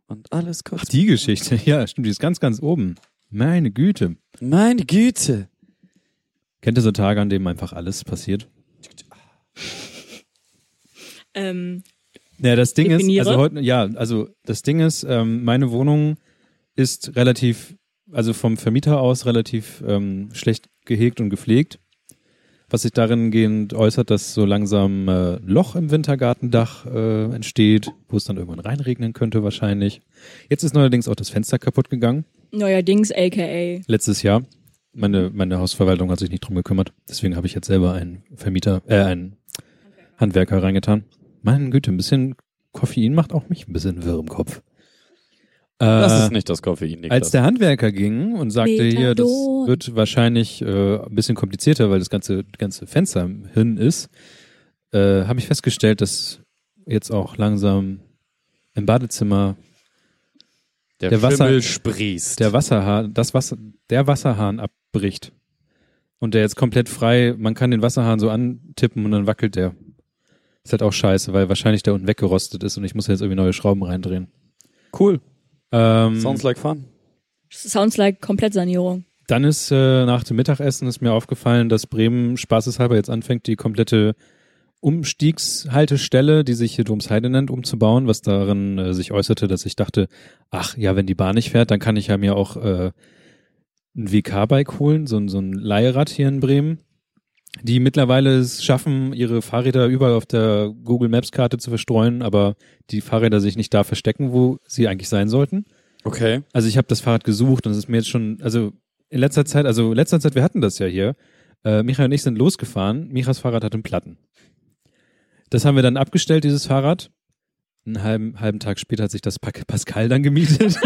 und alles
Ach,
kostet.
die Geschichte. Ja, stimmt. Die ist ganz, ganz oben. Meine Güte.
Meine Güte.
Kennt ihr so Tage, an denen einfach alles passiert?
Ähm,
Ja, das Ding ist,
Definiere.
also heute, ja, also das Ding ist, ähm, meine Wohnung ist relativ, also vom Vermieter aus relativ ähm, schlecht gehegt und gepflegt. Was sich darin gehend äußert, dass so langsam äh, ein Loch im Wintergartendach äh, entsteht, wo es dann irgendwann reinregnen könnte wahrscheinlich. Jetzt ist neuerdings auch das Fenster kaputt gegangen,
neuerdings, aka.
letztes Jahr. Meine, meine Hausverwaltung hat sich nicht drum gekümmert. Deswegen habe ich jetzt selber einen Vermieter, äh, einen Handwerker reingetan. Meine Güte, ein bisschen Koffein macht auch mich ein bisschen wirr im Kopf.
Das
Äh,
ist nicht das Koffein, Niklas.
als der Handwerker ging und sagte hier, das
Methadon.
wird wahrscheinlich äh, ein bisschen komplizierter, weil das ganze, ganze Fenster im Hirn ist, äh, habe ich festgestellt, dass jetzt auch langsam im Badezimmer
der,
der Wasser-
Schimmel sprießt.
der Wasserhahn, das Wasser, der Wasserhahn abbricht. Und der jetzt komplett frei, man kann den Wasserhahn so antippen und dann wackelt der. Ist halt auch scheiße, weil wahrscheinlich der unten weggerostet ist und ich muss jetzt irgendwie neue Schrauben reindrehen.
cool.
Ähm,
Sounds like fun.
Sounds like Komplettsanierung.
Dann ist äh, nach dem Mittagessen ist mir aufgefallen, dass Bremen spaßeshalber jetzt anfängt, die komplette Umstiegshaltestelle, die sich hier Domsheide nennt, umzubauen, was darin äh, sich äußerte, dass ich dachte, ach ja, wenn die Bahn nicht fährt, dann kann ich ja mir auch äh, ein WK-Bike holen, so, ein- so ein Leihrad hier in Bremen, die mittlerweile es schaffen, ihre Fahrräder überall auf der Google Maps-Karte zu verstreuen, aber die Fahrräder sich nicht da verstecken, wo sie eigentlich sein sollten.
Okay.
Also ich habe das Fahrrad gesucht und es ist mir jetzt schon, also in letzter Zeit, also in letzter Zeit, wir hatten das ja hier. Äh, Micha und ich sind losgefahren. Michas Fahrrad hat einen Platten. Das haben wir dann abgestellt, dieses Fahrrad. Einen halben, halben Tag später hat sich das Pa- Pascal dann gemietet.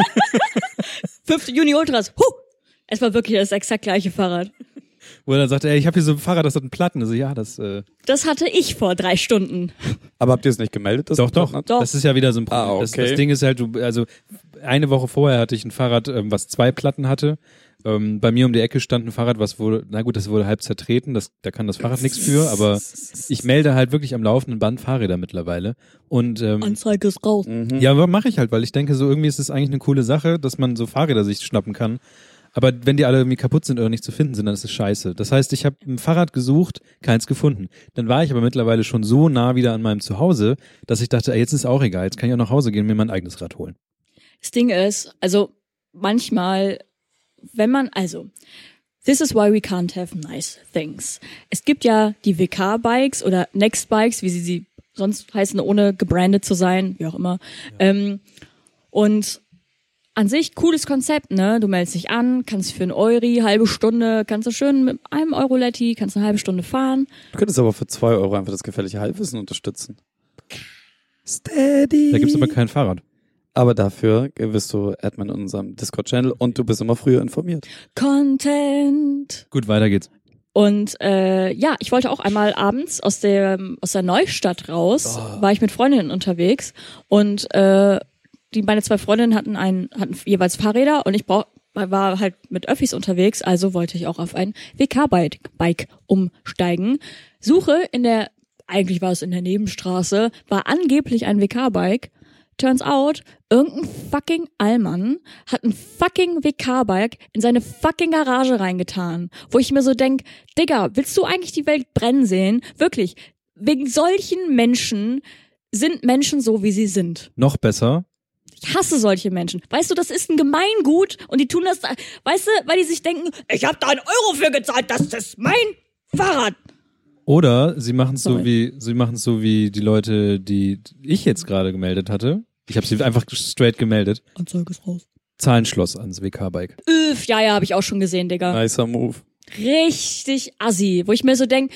5. Juni Ultras. Huh! Es war wirklich das exakt gleiche Fahrrad.
Wo er dann sagte, ey, ich habe hier so ein Fahrrad, das hat einen Platten. Also ja, das, äh,
Das hatte ich vor drei Stunden.
Aber habt ihr es nicht gemeldet? Dass
doch, doch,
Doch.
Das ist ja wieder so ein Problem.
Ah, okay.
das, das Ding ist halt, du, also eine Woche vorher hatte ich ein Fahrrad, ähm, was zwei Platten hatte. Ähm, bei mir um die Ecke stand ein Fahrrad, was wurde, na gut, das wurde halb zertreten, das, da kann das Fahrrad nichts für, aber ich melde halt wirklich am laufenden Band Fahrräder mittlerweile. Und ähm,
Anzeige ist raus.
Mhm.
ja, aber mache ich halt, weil ich denke, so irgendwie ist es eigentlich eine coole Sache, dass man so Fahrräder sich schnappen kann. Aber wenn die alle irgendwie kaputt sind oder nicht zu finden sind, dann ist es scheiße. Das heißt, ich habe ein Fahrrad gesucht, keins gefunden. Dann war ich aber mittlerweile schon so nah wieder an meinem Zuhause, dass ich dachte, ey, jetzt ist auch egal, jetzt kann ich auch nach Hause gehen und mir mein eigenes Rad holen.
Das Ding ist, also manchmal, wenn man, also, this is why we can't have nice things. Es gibt ja die WK-Bikes oder Next-Bikes, wie sie sie sonst heißen, ohne gebrandet zu sein, wie auch immer. Ähm, und an sich cooles Konzept, ne? Du meldest dich an, kannst für einen Euri, halbe Stunde, kannst du schön mit einem Euro Letti, kannst eine halbe Stunde fahren.
Du könntest aber für zwei Euro einfach das gefährliche Halbwissen unterstützen.
Da gibt's aber kein Fahrrad.
Aber dafür bist du Admin in unserem Discord-Channel und du bist immer früher informiert.
Content.
Gut, weiter geht's.
Und äh, ja, ich wollte auch einmal abends aus der, aus der Neustadt raus, war ich mit Freundinnen unterwegs und äh, die, meine zwei Freundinnen hatten, einen, hatten jeweils Fahrräder und ich brauch, war halt mit Öffis unterwegs, also wollte ich auch auf ein WK-Bike Bike umsteigen. Suche in der, eigentlich war es in der Nebenstraße, war angeblich ein WK-Bike. Turns out, irgendein fucking Allmann hat ein fucking WK-Bike in seine fucking Garage reingetan. Wo ich mir so denk, Digga, willst du eigentlich die Welt brennen sehen? Wirklich, wegen solchen Menschen sind Menschen so, wie sie sind.
Noch besser,
Ich hasse solche Menschen. Weißt du, das ist ein Gemeingut und die tun das, weißt du, weil die sich denken, ich habe da einen Euro für gezahlt, das ist mein Fahrrad.
Oder sie machen es so
Sorry.
wie, sie machen es so wie die Leute, die ich jetzt gerade gemeldet hatte. Ich habe sie einfach straight gemeldet.
Anzeige ist raus.
Zahlenschloss ans WK-Bike.
Öf, ja, ja, habe ich auch schon gesehen, Digga.
Nicer Move.
richtig assi, wo ich mir so denk,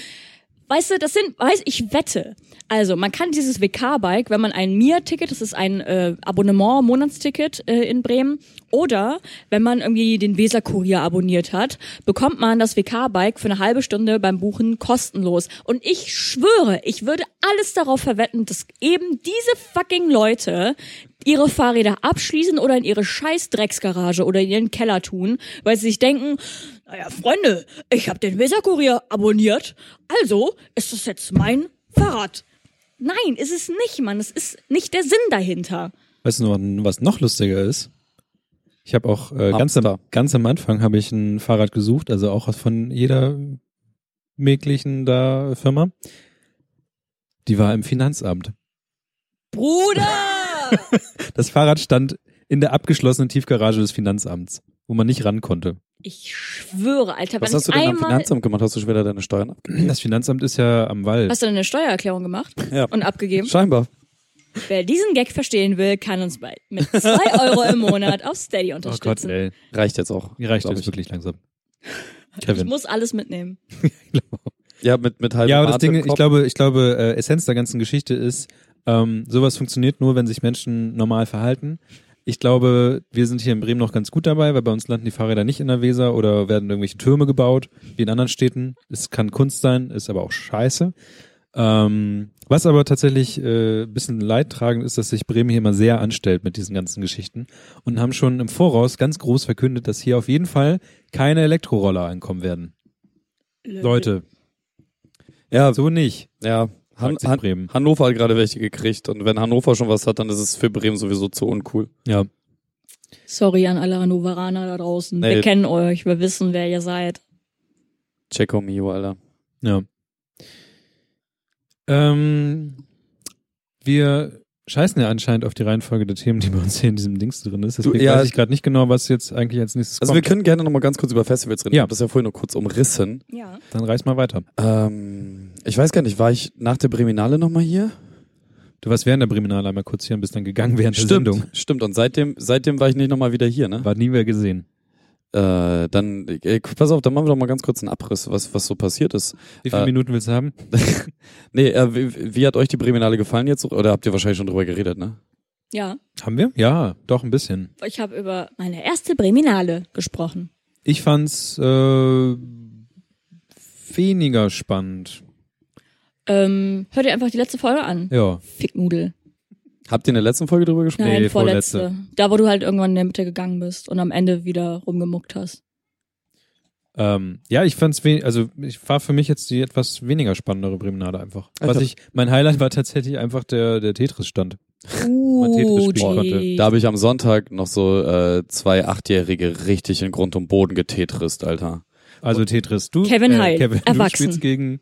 weißt du, das sind, weiß ich wette. Also man kann dieses WK-Bike, wenn man ein Mir-Ticket, das ist ein äh, Abonnement, Monatsticket äh, in Bremen, oder wenn man irgendwie den Weser-Kurier abonniert hat, bekommt man das WK-Bike für eine halbe Stunde beim Buchen kostenlos. Und ich schwöre, ich würde alles darauf verwetten, dass eben diese fucking Leute ihre Fahrräder abschließen oder in ihre scheiß Drecksgarage oder in ihren Keller tun, weil sie sich denken, naja, Freunde, ich habe den Weserkurier abonniert, also ist das jetzt mein Fahrrad. Nein, ist es nicht, Mann. Es ist nicht der Sinn dahinter.
Weißt du noch, was noch lustiger ist? Ich habe auch äh, ganz, am, ganz am Anfang habe ich ein Fahrrad gesucht, also auch von jeder möglichen da Firma. Die war im Finanzamt.
Bruder!
Das Fahrrad stand in der abgeschlossenen Tiefgarage des Finanzamts, wo man nicht ran konnte.
Ich schwöre, Alter,
Was
wenn
hast du
ich
denn am
einmal...
Finanzamt gemacht? Hast du schon wieder deine Steuern abgegeben?
Das Finanzamt ist ja am Wald.
Hast du denn eine Steuererklärung gemacht
Ja.
und abgegeben?
Scheinbar.
Wer diesen Gag verstehen will, kann uns bei, mit zwei Euro im Monat auf Steady
oh Gott,
unterstützen.
ey.
Reicht jetzt auch.
Mir reicht
glaub
jetzt
ich.
wirklich langsam.
ich
Kevin.
muss alles mitnehmen.
Ja, mit, mit halbem
Ja, aber das
Atem
Ding,
im Kopf.
ich glaube, ich glaube, äh, Essenz der ganzen Geschichte ist, ähm, sowas funktioniert nur, wenn sich Menschen normal verhalten. Ich glaube, wir sind hier in Bremen noch ganz gut dabei, weil bei uns landen die Fahrräder nicht in der Weser oder werden irgendwelche Türme gebaut, wie in anderen Städten. Es kann Kunst sein, ist aber auch scheiße. Ähm, was aber tatsächlich äh, ein bisschen leidtragend ist, dass sich Bremen hier immer sehr anstellt mit diesen ganzen Geschichten und haben schon im Voraus ganz groß verkündet, dass hier auf jeden Fall keine Elektroroller ankommen werden. Leute,
Ja,
so nicht.
ja. Han
Sagt sich
Han
Bremen.
Hannover hat gerade welche gekriegt. Und wenn Hannover schon was hat, dann ist es für Bremen sowieso zu uncool.
Ja.
Sorry an alle Hannoveraner da draußen.
Nee.
Wir kennen euch, wir wissen, wer ihr seid.
Checo Mio, Alter.
Ja. Ähm, wir scheißen ja anscheinend auf die Reihenfolge der Themen, die bei uns hier in diesem Dings drin ist. Deswegen
ja.
weiß ich gerade nicht genau, was jetzt eigentlich als nächstes
Also wir
kommt.
können gerne nochmal ganz kurz über Festivals reden.
Ja.
Ich habe das ja vorhin nur kurz umrissen.
Ja.
Dann reiß mal weiter.
Ähm, ich weiß gar nicht, war ich nach der Breminale nochmal hier?
Du warst während der Breminale einmal kurz hier und bist dann gegangen während der
Stimmt,
Sendung.
stimmt. Und seitdem, seitdem war ich nicht nochmal wieder hier, ne?
War nie mehr gesehen.
Äh, dann, äh, pass auf, dann machen wir doch mal ganz kurz einen Abriss, was, was so passiert ist.
Wie viele
Äh,
Minuten willst du haben?
Nee, äh, wie, wie hat euch die Breminale gefallen jetzt? Oder habt ihr wahrscheinlich schon drüber geredet, ne?
Ja.
Haben wir? Ja, doch ein bisschen.
Ich habe über meine erste Breminale gesprochen.
Ich fand's äh, weniger spannend.
Ähm, hört ihr einfach die letzte Folge an.
Ja.
Ficknudel.
Habt ihr in der letzten Folge drüber gesprochen?
Nein,
Nee,
vorletzte.
vorletzte.
Da, wo du halt irgendwann in der Mitte gegangen bist und am Ende wieder rumgemuckt hast.
Ähm, ja, ich fand's wenig, also ich war für mich jetzt die etwas weniger spannendere Bremenade einfach. Was
Alter.
ich, mein Highlight war tatsächlich einfach der, der Tetris-Stand.
Uh,
Tetris spielen konnte.
die-
Da habe ich am Sonntag noch so äh, zwei Achtjährige richtig in Grund und Boden getetrist, Alter.
Also Tetris, du,
Kevin Heil,
Kevin, du
erwachsen.
spielst gegen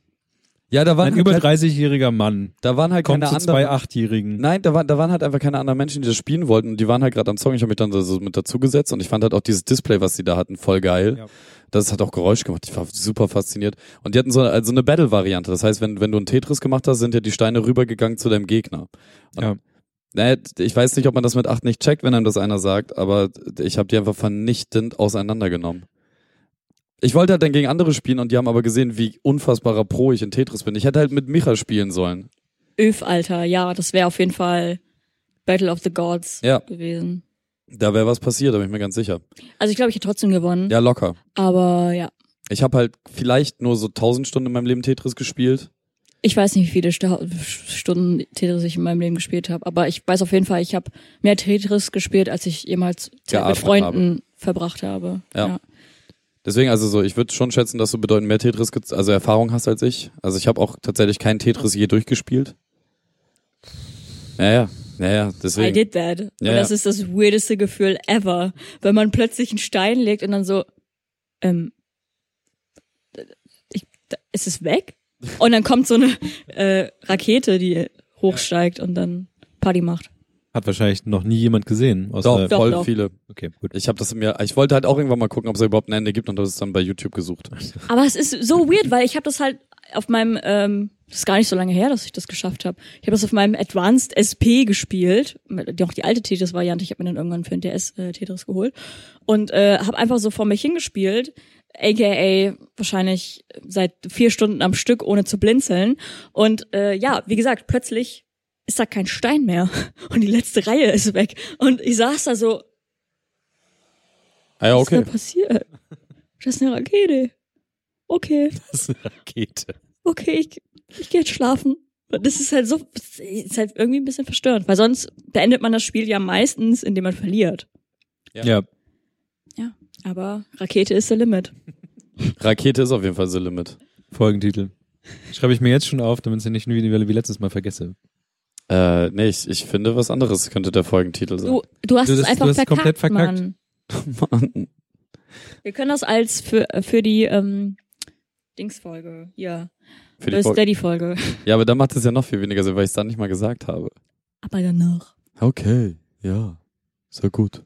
Ja, da
ein über 30-jähriger Mann.
da waren halt
Kommt
keine
zu
anderen.
zwei Achtjährigen.
Nein, da, war, da waren halt einfach keine anderen Menschen, die das spielen wollten. Und die waren halt gerade am Zocken. Ich habe mich dann so- so mit dazugesetzt und ich fand halt auch dieses Display, was die da hatten, voll geil.
Ja.
Das hat auch Geräusch gemacht. Ich war super fasziniert. Und die hatten so also eine Battle-Variante. Das heißt, wenn, wenn du einen Tetris gemacht hast, sind ja die Steine rübergegangen zu deinem Gegner. Und
Ja.
Naja, ich weiß nicht, ob man das mit acht nicht checkt, wenn einem das einer sagt, aber ich habe die einfach vernichtend auseinandergenommen. Ich wollte halt dann gegen andere spielen und die haben aber gesehen, wie unfassbarer Pro ich in Tetris bin. Ich hätte halt mit Micha spielen sollen.
Öf, Alter. Ja, das wäre auf jeden Fall Battle of the Gods
Ja.
gewesen.
Da wäre was passiert, da bin ich mir ganz sicher.
Also ich glaube, ich hätte trotzdem gewonnen.
Ja, locker.
Aber ja.
Ich habe halt vielleicht nur so 1000 Stunden in meinem Leben Tetris gespielt.
Ich weiß nicht, wie viele Sta Stunden Tetris ich in meinem Leben gespielt habe, aber ich weiß auf jeden Fall, ich habe mehr Tetris gespielt, als ich jemals Zeit mit
Gearbeitet
Freunden verbracht habe.
Ja. Deswegen, also so, ich würde schon schätzen, dass du bedeutend mehr Tetris, gez- also Erfahrung hast als ich. Also ich habe auch tatsächlich keinen Tetris je durchgespielt. Naja, naja,
I
deswegen.
did that. und
Ja,
das
ja.
ist das weirdeste Gefühl ever, wenn man plötzlich einen Stein legt und dann so, ähm, ich, da, ist es weg? Und dann kommt so eine äh, Rakete, die hochsteigt und dann Party macht.
Hat wahrscheinlich noch nie jemand gesehen.
Doch,
Außer,
Doch,
voll
doch.
viele.
Okay, gut.
Ich habe das mir, ich wollte halt auch irgendwann mal gucken, ob es da überhaupt ein Ende gibt und habe es dann bei YouTube gesucht.
Aber es ist so weird, weil ich habe das halt auf meinem, ähm, das ist gar nicht so lange her, dass ich das geschafft habe. Ich habe das auf meinem Advanced SP gespielt, mit- noch die alte Tetris-Variante. Ich habe mir dann irgendwann für den DS äh, Tetris geholt und äh, habe einfach so vor mich hingespielt, aka wahrscheinlich seit vier Stunden am Stück ohne zu blinzeln. Und äh, ja, wie gesagt, plötzlich ist da kein Stein mehr und die letzte Reihe ist weg und ich saß da so,
Ah ja,
was
okay.
ist da passiert? Das ist eine Rakete. Okay.
Das ist eine Rakete.
okay, ich, ich gehe jetzt schlafen. Und das ist halt so, das ist halt irgendwie ein bisschen verstörend, weil sonst beendet man das Spiel ja meistens, indem man verliert.
Ja.
Ja,
Aber Rakete ist the limit.
Rakete ist auf jeden Fall The Limit.
Folgentitel. Schreibe ich mir jetzt schon auf, damit ich nicht wie, wie letztes Mal vergesse.
Äh, nee, ich, ich finde was anderes könnte der Folgentitel sein.
Du, du hast
Du
es
hast-
einfach
du hast es komplett
verkackt,
verkackt.
Mann.
Mann.
Wir können das als für, für die ähm, Dingsfolge, ja, für
Für die
die
Folge.
Steady-Folge.
Ja, aber dann macht es ja noch viel weniger Sinn, weil ich es dann nicht mal gesagt habe.
Aber danach.
Okay, ja. Sehr gut.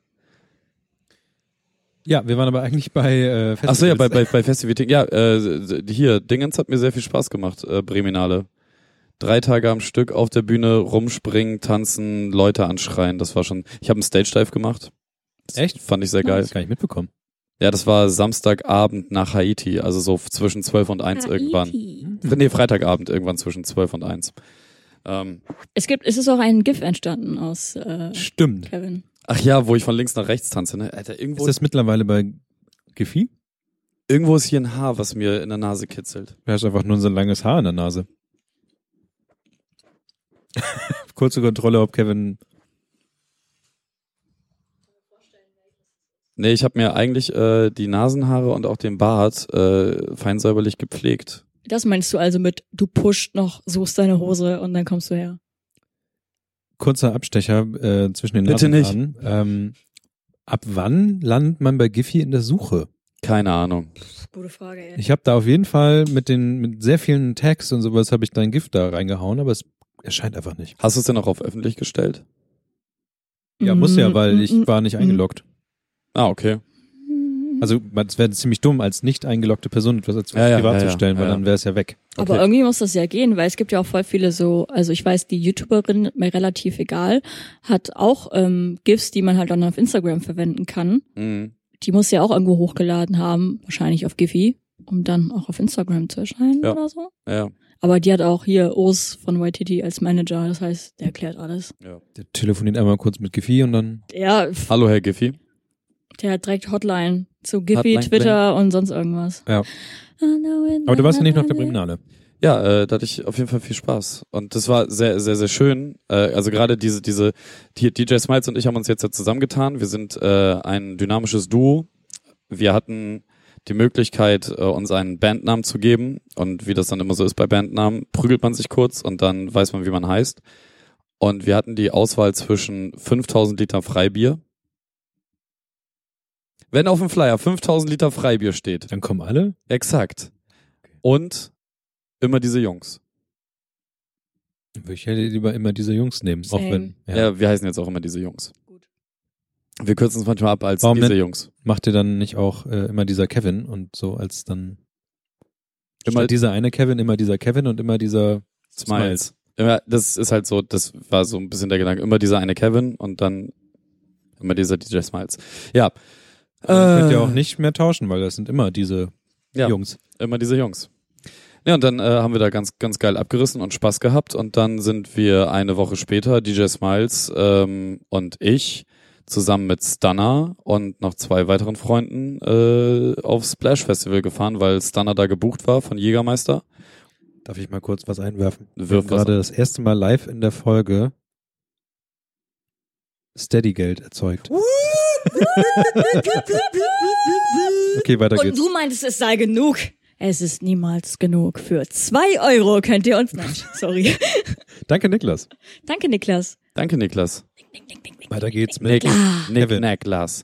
Ja, wir waren aber eigentlich bei äh,
Ach so, ja, bei,
Festivals.
bei, bei Festiviting. Ja, äh, hier, Dingens hat mir sehr viel Spaß gemacht, äh, Breminale. Drei Tage am Stück auf der Bühne rumspringen, tanzen, Leute anschreien. Das war schon. Ich habe einen Stage-Dive gemacht. Das
Echt?
Fand ich sehr
Ich
geil.
hab's gar nicht mitbekommen.
Ja, das war Samstagabend nach Haiti, also so zwischen 12 und 1 irgendwann. Nee, Freitagabend irgendwann zwischen 12 und 1. Ähm,
Es gibt, es ist auch ein GIF entstanden aus äh,
Stimmt.
Kevin.
ach ja, wo ich von links nach rechts tanze, ne? Alter,
Ist
irgendwo,
das mittlerweile bei Gefi?
irgendwo ist hier ein Haar, was mir in der Nase kitzelt.
Du hast einfach nur so ein langes Haar in der Nase. Kurze Kontrolle, ob Kevin.
Nee, ich habe mir eigentlich äh, die Nasenhaare und auch den Bart äh, fein säuberlich gepflegt.
Das meinst du also mit, du pusht noch, suchst deine Hose und dann kommst du her.
Kurzer Abstecher äh, zwischen den
Bitte
Nasenhaaren. Ähm, ab wann landet man bei Giphy in der Suche?
Keine Ahnung.
Gute Frage, ey.
Ich habe da auf jeden Fall mit den mit sehr vielen Tags und sowas habe ich dein Gift da reingehauen, aber es erscheint einfach nicht.
Hast du es denn auch auf öffentlich gestellt?
Ja, muss ja, weil ich
Mm, mm,
war nicht eingeloggt.
Ah, okay.
Also man- es wäre ziemlich dumm, als nicht eingeloggte Person etwas als
Ja, ja,
privat
ja,
zu
ja,
stellen, weil
ja, ja.
dann wäre es ja weg.
Aber
Okay.
irgendwie muss das ja gehen, weil es gibt ja auch voll viele so, also ich weiß, die YouTuberin, mir relativ egal, hat auch ähm, GIFs, die man halt dann auf Instagram verwenden kann.
Mhm.
Die muss ja auch irgendwo hochgeladen haben, wahrscheinlich auf Giphy, um dann auch auf Instagram zu erscheinen
Ja.
oder so.
Ja.
Aber die hat auch hier Os von YTT als Manager, das heißt, der erklärt alles.
Der telefoniert einmal kurz mit Gefi und dann
Ja,
Ah.
Hallo, Herr Giffy.
der hat direkt Hotline zu Giphy,
Hotline,
Twitter und sonst irgendwas.
Ja. Aber du warst ja nicht noch auf der Breminale.
Ja, äh, da hatte ich auf jeden Fall viel Spaß. Und das war sehr, sehr, sehr schön. Äh, also gerade diese, diese, die, DJ Smiles und ich haben uns jetzt ja zusammengetan. Wir sind äh, ein dynamisches Duo. Wir hatten die Möglichkeit, äh, uns einen Bandnamen zu geben. Und wie das dann immer so ist bei Bandnamen, prügelt man sich kurz und dann weiß man, wie man heißt. Und wir hatten die Auswahl zwischen 5000 Liter Freibier. Wenn auf dem Flyer 5000 Liter Freibier steht,
Dann kommen alle.
exakt. Und immer diese Jungs.
Dann würde ich hätte lieber immer diese Jungs nehmen. Auch
Same.
wenn, ja.
Ja. wir heißen jetzt auch immer diese Jungs.
Gut.
Wir kürzen es manchmal ab als
Warum
diese
denn?
Jungs.
Macht ihr dann nicht auch äh, immer dieser Kevin und so als dann
Immer-
statt dieser eine Kevin, immer dieser Kevin und immer dieser
Smiles. Immer, das ist halt so, das war so ein bisschen der Gedanke. Immer dieser eine Kevin und dann immer dieser DJ Smiles. Ja.
Dann
Äh,
könnt Also, ihr auch nicht mehr tauschen, weil das sind immer diese
Ja.
Jungs.
Immer diese Jungs. Ja, und dann äh, haben wir da ganz, ganz geil abgerissen und Spaß gehabt. Und dann sind wir eine Woche später, DJ Smiles ähm, und ich, zusammen mit Stunner und noch zwei weiteren Freunden äh, aufs Splash Festival gefahren, weil Stunner da gebucht war von Jägermeister.
Darf ich mal kurz was einwerfen?
Wirf
Wir haben
was
gerade das erste Mal live in der Folge Steady-Geld erzeugt. Okay, weiter
Und
geht's.
du meintest, es sei genug. Es ist niemals genug. Für zwei Euro könnt ihr uns. Nein, sorry.
Danke, Niklas.
Danke, Niklas.
Danke, Niklas.
Weiter geht's mit.
Nick, Nick
Kevin.
Niklas.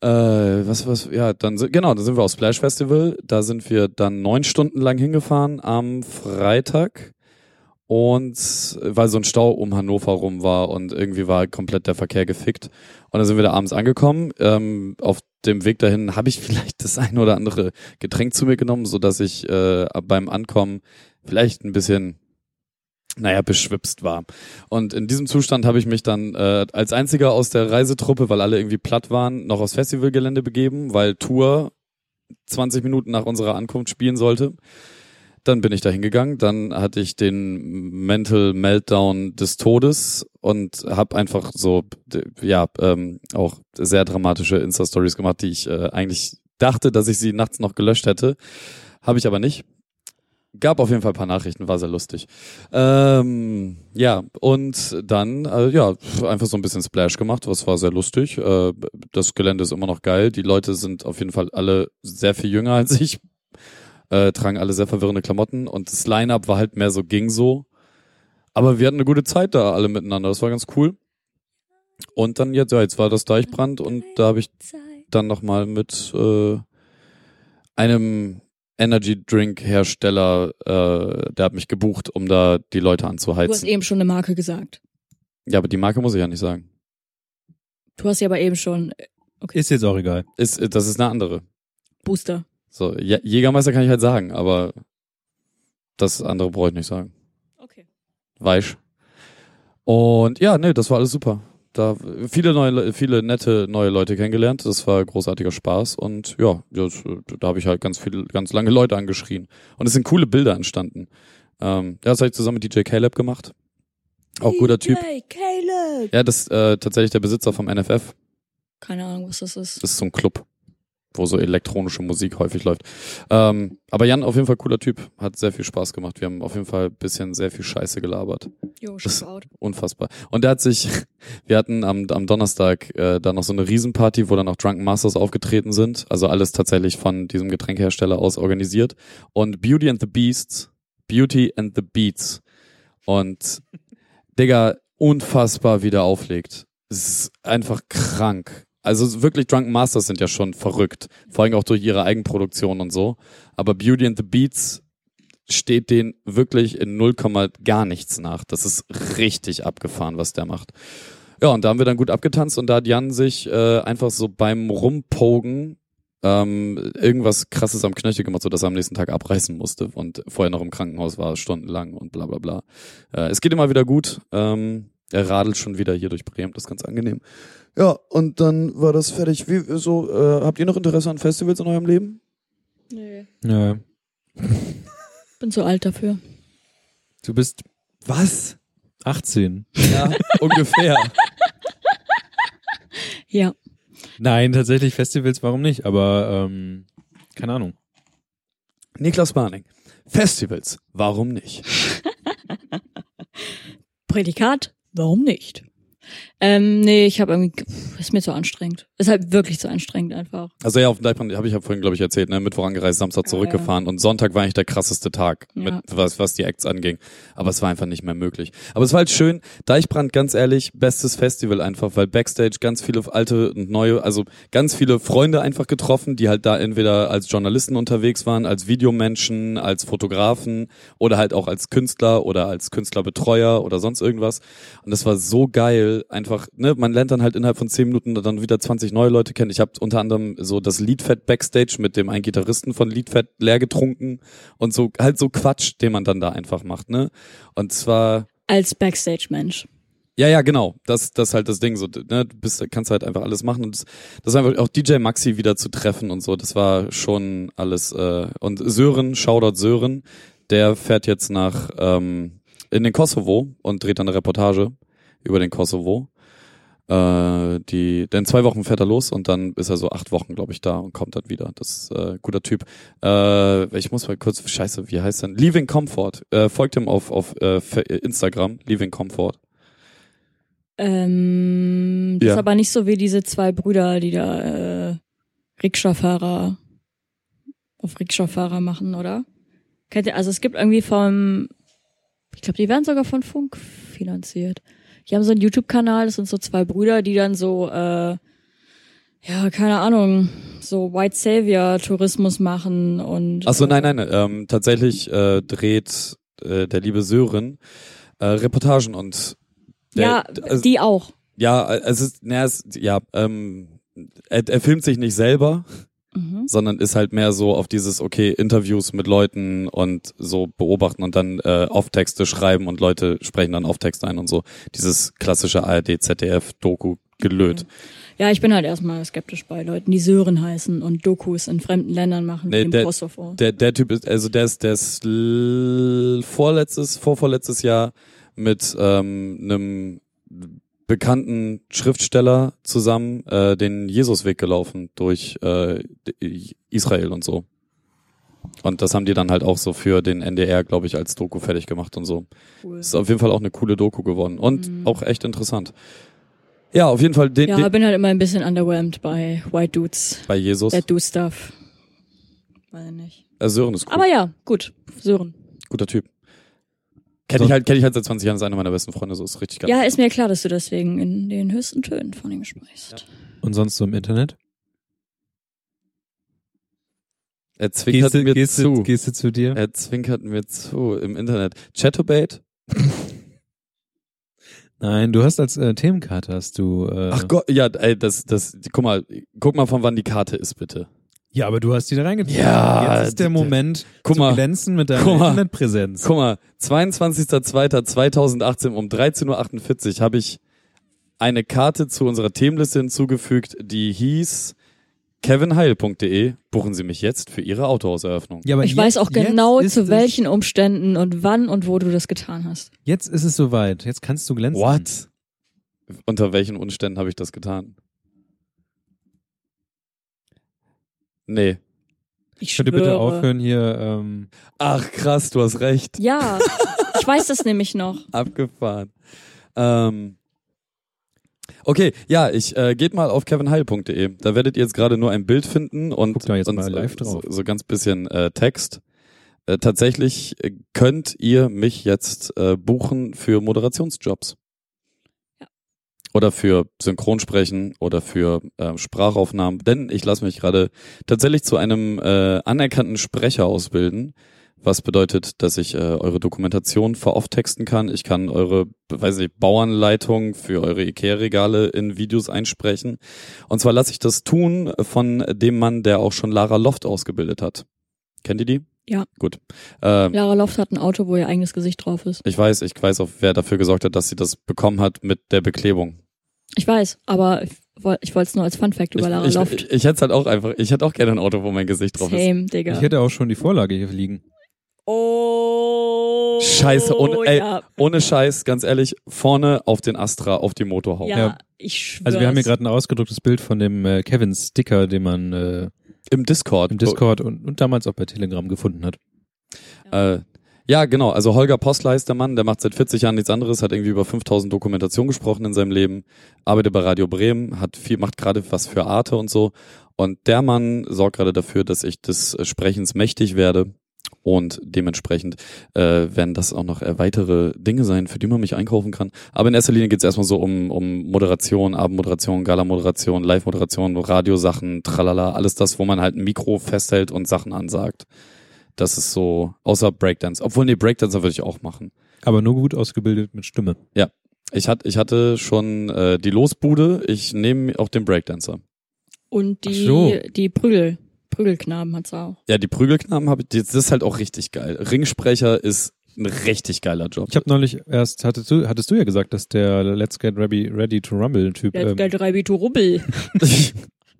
Äh, was, was, ja, dann, sind- genau, dann sind wir aufs Splash Festival. Da sind wir dann neun Stunden lang hingefahren am Freitag Und weil so ein Stau um Hannover rum war und irgendwie war komplett der Verkehr gefickt. Und dann sind wir da abends angekommen. Ähm, auf dem Weg dahin habe ich vielleicht das ein oder andere Getränk zu mir genommen, so dass ich äh, beim Ankommen vielleicht ein bisschen, naja, beschwipst war. Und in diesem Zustand habe ich mich dann äh, als einziger aus der Reisetruppe, weil alle irgendwie platt waren, noch aufs Festivalgelände begeben, weil Tour 20 Minuten nach unserer Ankunft spielen sollte. Dann bin ich da hingegangen, dann hatte ich den Mental Meltdown des Todes und habe einfach so, d- ja, ähm, auch sehr dramatische Insta-Stories gemacht, die ich äh, eigentlich dachte, dass ich sie nachts noch gelöscht hätte. Habe ich aber nicht. Gab auf jeden Fall ein paar Nachrichten, war sehr lustig. Ähm, ja, und dann, äh, ja, pf, einfach so ein bisschen Splash gemacht, was war sehr lustig. Äh, das Gelände ist immer noch geil. Die Leute sind auf jeden Fall alle sehr viel jünger als ich, äh, tragen alle sehr verwirrende Klamotten und das Line-Up war halt mehr so ging so. Aber wir hatten eine gute Zeit da alle miteinander, das war ganz cool. Und dann jetzt, ja, jetzt war das Deichbrand und da habe ich dann nochmal mit äh, einem Energy Drink Hersteller, äh, der hat mich gebucht, um da die Leute
Du hast
anzuheizen.
eben schon eine Marke gesagt.
Ja, aber die Marke muss ich ja nicht sagen.
Du hast ja aber eben schon äh,
Ist jetzt auch egal.
Ist, äh, das ist eine andere.
Booster.
So, Jä- Jägermeister kann ich halt sagen, aber das andere brauche ich nicht sagen.
Okay.
Weich. Und ja, nee, das war alles super. Da viele neue, Le- viele nette neue Leute kennengelernt. Das war großartiger Spaß und ja, das, da habe ich halt ganz viele, ganz lange Leute angeschrien. Und es sind coole Bilder entstanden. Ähm, ja, das habe ich zusammen mit DJ Caleb gemacht. Auch guter Typ.
Hey, Caleb!
Ja, das äh, tatsächlich der Besitzer vom NFF.
Keine Ahnung, was das ist.
Das ist so ein Club, wo so elektronische Musik häufig läuft. Ähm, aber Jan auf jeden Fall cooler Typ, hat sehr viel Spaß gemacht. Wir haben auf jeden Fall ein bisschen sehr viel Scheiße gelabert.
Jo,
das-
Shoutout.
Unfassbar. Und der hat sich, wir hatten am, am Donnerstag äh, da noch so eine Riesenparty, wo dann auch Drunken Masters aufgetreten sind. Also alles tatsächlich von diesem Getränkehersteller aus organisiert. Und Beauty and the Beasts, Beauty and the Beats. Und Digga, unfassbar wieder auflegt. Es ist einfach krank. Also es ist wirklich Drunken Masters sind ja schon verrückt. Vor allem auch durch ihre Eigenproduktion und so. Aber Beauty and the Beats steht denen wirklich in 0, gar nichts nach. Das ist richtig abgefahren, was der macht. Ja, und da haben wir dann gut abgetanzt und da hat Jan sich äh, einfach so beim Rumpogen ähm, irgendwas krasses am Knöchel gemacht, sodass er am nächsten Tag abreißen musste und vorher noch im Krankenhaus war, stundenlang und bla bla bla. Äh, es geht immer wieder gut. Ähm, er radelt schon wieder hier durch Bremen, das ist ganz angenehm. Ja, und dann war das fertig. Wie, so, äh, habt ihr noch Interesse an Festivals in eurem Leben?
Nee.
Ja.
Bin zu alt dafür.
Du bist was? 18.
Ja, ungefähr.
Ja.
Nein, tatsächlich Festivals, warum nicht? Aber ähm, keine Ahnung.
Niklas Barning. Festivals, warum nicht?
Prädikat? Warum nicht? Ähm, nee, ich habe irgendwie, pff, ist mir zu anstrengend. Ist halt wirklich zu anstrengend einfach.
Also ja, auf dem Deichbrand habe ich ja vorhin, glaube ich, erzählt, ne? Mittwoch angereist, Samstag zurückgefahren und Sonntag war eigentlich der krasseste Tag,
Ja.
mit, was, was die Acts anging. Aber es war einfach nicht mehr möglich. Aber es war halt schön. Deichbrand, ganz ehrlich, bestes Festival einfach, weil Backstage ganz viele alte und neue, also ganz viele Freunde einfach getroffen, die halt da entweder als Journalisten unterwegs waren, als Videomenschen, als Fotografen oder halt auch als Künstler oder als Künstlerbetreuer oder sonst irgendwas. Und das war so geil. Einfach, ne, man lernt dann halt innerhalb von zehn Minuten dann wieder 20 neue Leute kennen. Ich habe unter anderem so das Leadfett Backstage mit dem einen Gitarristen von Leadfett leer getrunken und so halt so Quatsch, den man dann da einfach macht, ne? Und zwar
Als Backstage-Mensch.
ja, ja, genau. Das, das ist halt das Ding. So, ne, du bist, kannst halt einfach alles machen. Und das, das ist einfach auch DJ Maxi wieder zu treffen und so, das war schon alles. Äh, und Sören, Shoutout Sören, der fährt jetzt nach ähm, in den Kosovo und dreht dann eine Reportage über den Kosovo. Äh, die, denn zwei Wochen fährt er los und dann ist er so acht Wochen, glaube ich, da und kommt dann wieder. Das ist äh, guter Typ. Äh, ich muss mal kurz, scheiße, wie heißt denn? Leaving Comfort. Äh, folgt ihm auf, auf äh, Fe- Instagram, Leaving Comfort.
Ähm, das
Ja.
ist aber nicht so wie diese zwei Brüder, die da äh, Rikscha-Fahrer auf Rikscha-Fahrer machen, oder? Kennt ihr, also es gibt irgendwie vom, ich glaube, die werden sogar von Funk finanziert. Die haben so einen YouTube-Kanal, das sind so zwei Brüder, die dann so, äh, ja, keine Ahnung, so White Savior-Tourismus machen und.
Achso,
äh,
nein, nein, nein. Ähm, tatsächlich äh, dreht äh, der liebe Sören, äh, Reportagen und der,
ja,
also,
die auch.
ja, äh, es ist, na, es, ja, ähm, er, er filmt sich nicht selber,
Mhm.
sondern ist halt mehr so auf dieses, okay, Interviews mit Leuten und so beobachten und dann äh, Auftexte schreiben und Leute sprechen dann Auftexte ein und so. Dieses klassische ARD, ZDF, Doku gelöt.
Ja, ich bin halt erstmal skeptisch bei Leuten, die Sören heißen und Dokus in fremden Ländern machen,
Nee,
wie
der-
im Kosovo.
Der, der Typ ist, also der ist, der ist l- vorletztes, vorvorletztes Jahr mit ähm, einem bekannten Schriftsteller zusammen äh, den Jesusweg gelaufen durch äh, d- Israel und so. Und das haben die dann halt auch so für den NDR, glaube ich, als Doku fertig gemacht und so.
Cool.
Ist auf jeden Fall auch eine coole Doku geworden und auch echt interessant. Ja, auf jeden Fall den,
Mhm. Ja,
den,
bin halt immer ein bisschen underwhelmed bei White Dudes.
bei Jesus.
That do stuff. Weiß ich nicht.
Äh, Sören ist cool.
Aber ja, gut. Sören.
guter Typ. Kenn ich halt, kenn ich halt seit 20 Jahren, ist einer meiner besten Freunde, so ist richtig geil.
Ja, ist mir klar, dass du deswegen in den höchsten Tönen von ihm sprichst.
Und sonst so im Internet?
er zwinkert mir
gehst,
zu. Äh,
du, gehst du zu dir?
er zwinkert mir zu im Internet. Chatobate?
Nein, du hast als äh, Themenkarte hast du. Äh,
Ach Gott, ja, ey, das, das, guck mal, guck mal, von wann die Karte ist, bitte.
Ja, aber du hast die da reingezogen.
Ja,
Jetzt ist der
die-
Moment,
Guck
zu
mal.
glänzen mit deiner
Guck mal.
Internetpräsenz.
Guck mal, 22.02.2018 um 13.48 Uhr habe ich eine Karte zu unserer Themenliste hinzugefügt, die hieß kevinheil.de. Buchen Sie mich jetzt für Ihre Autohauseröffnung.
Ja, aber
Ich
jetzt-
weiß auch
jetzt
genau,
ist
zu
es-
welchen Umständen und wann und wo du das getan hast.
Jetzt ist es soweit. Jetzt kannst du glänzen.
What? Unter welchen Umständen habe ich das getan? Nee.
Ich
Könnt ihr
schwöre.
bitte aufhören hier? Ähm,
Ach krass, du hast recht.
Ja, ich weiß das nämlich noch.
Abgefahren. Ähm. Okay, ja, ich äh, geht mal auf kevinheil.de. Da werdet ihr jetzt gerade nur ein Bild finden und,
Guckt da jetzt
und
mal live
so-
drauf.
So, so ganz bisschen äh, Text. Äh, tatsächlich äh, könnt ihr mich jetzt äh, buchen für Moderationsjobs.
Ja.
Oder für Synchronsprechen oder für äh, Sprachaufnahmen. Denn ich lasse mich gerade tatsächlich zu einem äh, anerkannten Sprecher ausbilden. Was bedeutet, dass ich äh, eure Dokumentation verauftexten kann. Ich kann eure, weiß nicht, Bauanleitung für eure Ikea-Regale in Videos einsprechen. Und zwar lasse ich das tun von dem Mann, der auch schon Lara Loft ausgebildet hat. Kennt ihr die?
Ja.
Gut. Ähm,
Lara Loft hat ein Auto, wo ihr eigenes Gesicht drauf ist.
ich weiß, ich weiß auch, wer dafür gesorgt hat, dass sie das bekommen hat mit der Beklebung.
Ich weiß, aber ich woll- ich wollte es nur als Fun Fact über Lara
ich, ich,
Loft.
ich, ich hätte halt auch einfach, ich hätte auch gerne ein Auto, wo mein Gesicht drauf ist.
Same, Digga.
Ich hätte auch schon die Vorlage hier liegen.
oh.
Scheiße, ohne- ey,
ja.
Ohne Scheiß, ganz ehrlich, vorne auf den Astra, auf die Motorhaube.
Ja,
Ja.
ich schwöre.
Also wir haben hier gerade ein ausgedrucktes Bild von dem äh, Kevin Sticker, den man äh,
Im Discord.
im Discord und, und damals auch bei Telegram gefunden hat.
Äh, ja, genau. Also Holger Postler ist der Mann, der macht seit 40 Jahren nichts anderes, hat irgendwie über 5000 Dokumentationen gesprochen in seinem Leben, arbeitet bei Radio Bremen, hat viel, macht gerade was für Arte und so. Und der Mann sorgt gerade dafür, dass ich des äh, Sprechens mächtig werde. Und dementsprechend äh, werden das auch noch äh, weitere Dinge sein, für die man mich einkaufen kann. Aber in erster Linie geht es erstmal so um, um Moderation, Abendmoderation, Gala-Moderation, Live-Moderation, Radiosachen, tralala, alles das, wo man halt ein Mikro festhält und Sachen ansagt. Das ist so, außer Breakdance. Obwohl, nee, Breakdancer würde ich auch machen.
Aber nur gut ausgebildet mit Stimme.
Ich, hat, ich hatte schon äh, die Losbude, ich nehme auch den Breakdancer.
Und die,
Ach so.
die Prügel, Prügelknaben hat's auch.
Ja, die Prügelknaben habe ich, das ist halt auch richtig geil. Ringsprecher ist ein richtig geiler Job.
Ich habe neulich erst, hattest du, hattest du ja gesagt, dass der Let's Get Ready, ready to Rumble-Typ,
Der,
ähm,
der Dreibito Rubbel.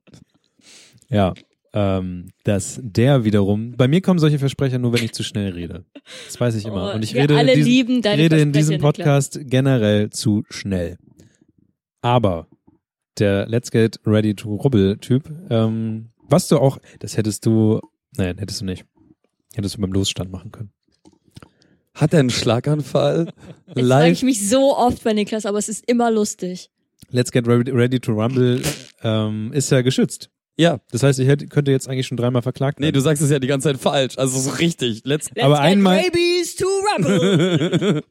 ja, ähm, dass der wiederum, bei mir kommen solche Versprecher nur, wenn ich zu schnell rede. Das weiß ich immer.
Oh,
und ich
wir
rede, in
alle
diesem-
lieben deine
rede in
Versprecher,
diesem
Niklas.
Podcast generell zu schnell. Aber der Let's Get Ready to Rubbel-Typ, ähm, was du auch, das hättest du, nein, hättest du nicht. Hättest du beim Losstand machen können.
Hat er einen Schlaganfall?
Jetzt frage
Live?
ich mich so oft bei Niklas, aber es ist immer lustig.
Let's Get Ready, ready to Rumble ähm, ist ja geschützt.
Ja.
Das heißt, ich hätte, könnte jetzt eigentlich schon dreimal verklagt
Nee,
werden.
du sagst es ja die ganze Zeit falsch. Also so richtig. Let's
Let's
Aber
get
einmal-
Rabies to Rubble.